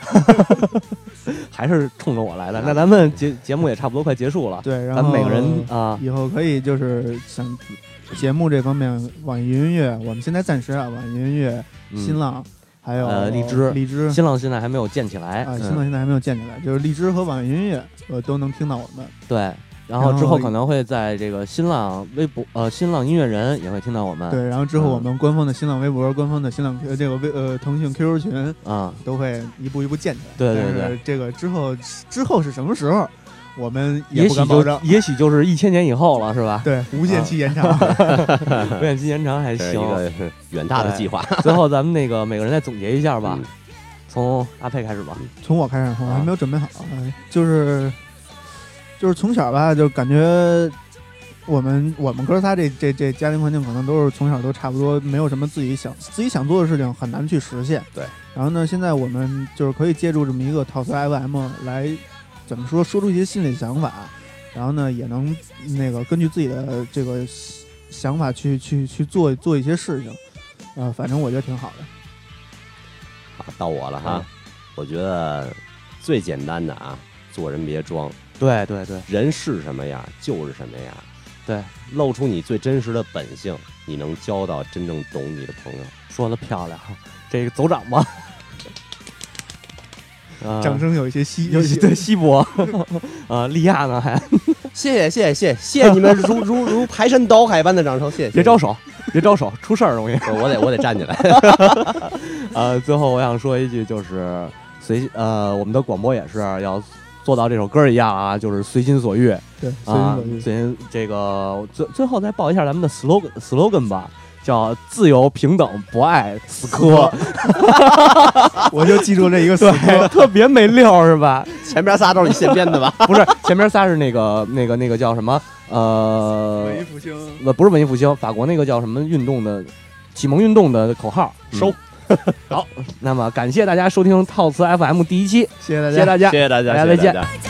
还是冲着我来的。那咱们节节目也差不多快结束了，对，然咱后们每个人啊，以后可以就是想节目这方面，网易云音乐，我们现在暂时啊，网易云音乐、嗯新浪还有呃荔枝荔枝新浪现在还没有建起来，啊，嗯新浪现在还没有建起来，就是荔枝和网易云音乐，呃，都能听到我们。对。然后之然后后可能会在这个新浪微博、呃新浪音乐人也会听到我们，对，然后之后嗯我们官方的新浪微博、官方的新浪呃这个微呃腾讯 QQ 群啊、都会一步一步建起来。对对对但是这个之后之后是什么时候，我们也不许敢保就证。也许就是一千年以后了，是吧？对，无限期延长。不远期延长还这是一行。个远大的计划，最后咱们那个每个人再总结一下吧，嗯从阿佩开始吧。从我开始，我还没有准备好，呃就是就是从小吧，就感觉我们我们哥仨这这这家庭环境可能都是从小都差不多，没有什么自己想自己想做的事情很难去实现。对。然后呢，现在我们就是可以借助这么一个套词 FM 来怎么说，说出一些心里想法，然后呢，也能那个根据自己的这个想法去去去做做一些事情。呃，反正我觉得挺好的。好到我了哈啊，我觉得最简单的啊，做人别装，对对对人是什么样就是什么样，对，露出你最真实的本性，你能交到真正懂你的朋友。说的漂亮， 这个走长 吧。啊、掌声有一些稀，有些对西伯， 啊，利亚呢还谢谢谢谢谢谢谢谢你 们如如如排山倒海般的掌声，谢谢。别招手，别招手，出事儿容易。 我，我得我得站起来。 呃，最后我想说一句，就是随呃，我们的广播也是要做到这首歌一样啊，就是随心所欲对，随心啊所欲。，随心这个最最后再报一下咱们的 slogan slogan 吧，叫自由平等博爱死磕，我就记住这一个词。对，特别没溜儿是吧？前边仨都是你现编的吧？不是，前面仨是那个那个那个叫什么呃，复兴，呃不是文艺复兴，法国那个叫什么运动的启蒙运动的口号收。 好，那么感谢大家收听套词 FM 第一期，谢谢大谢家谢。大家谢。谢大大家，家 谢谢再见大家再见。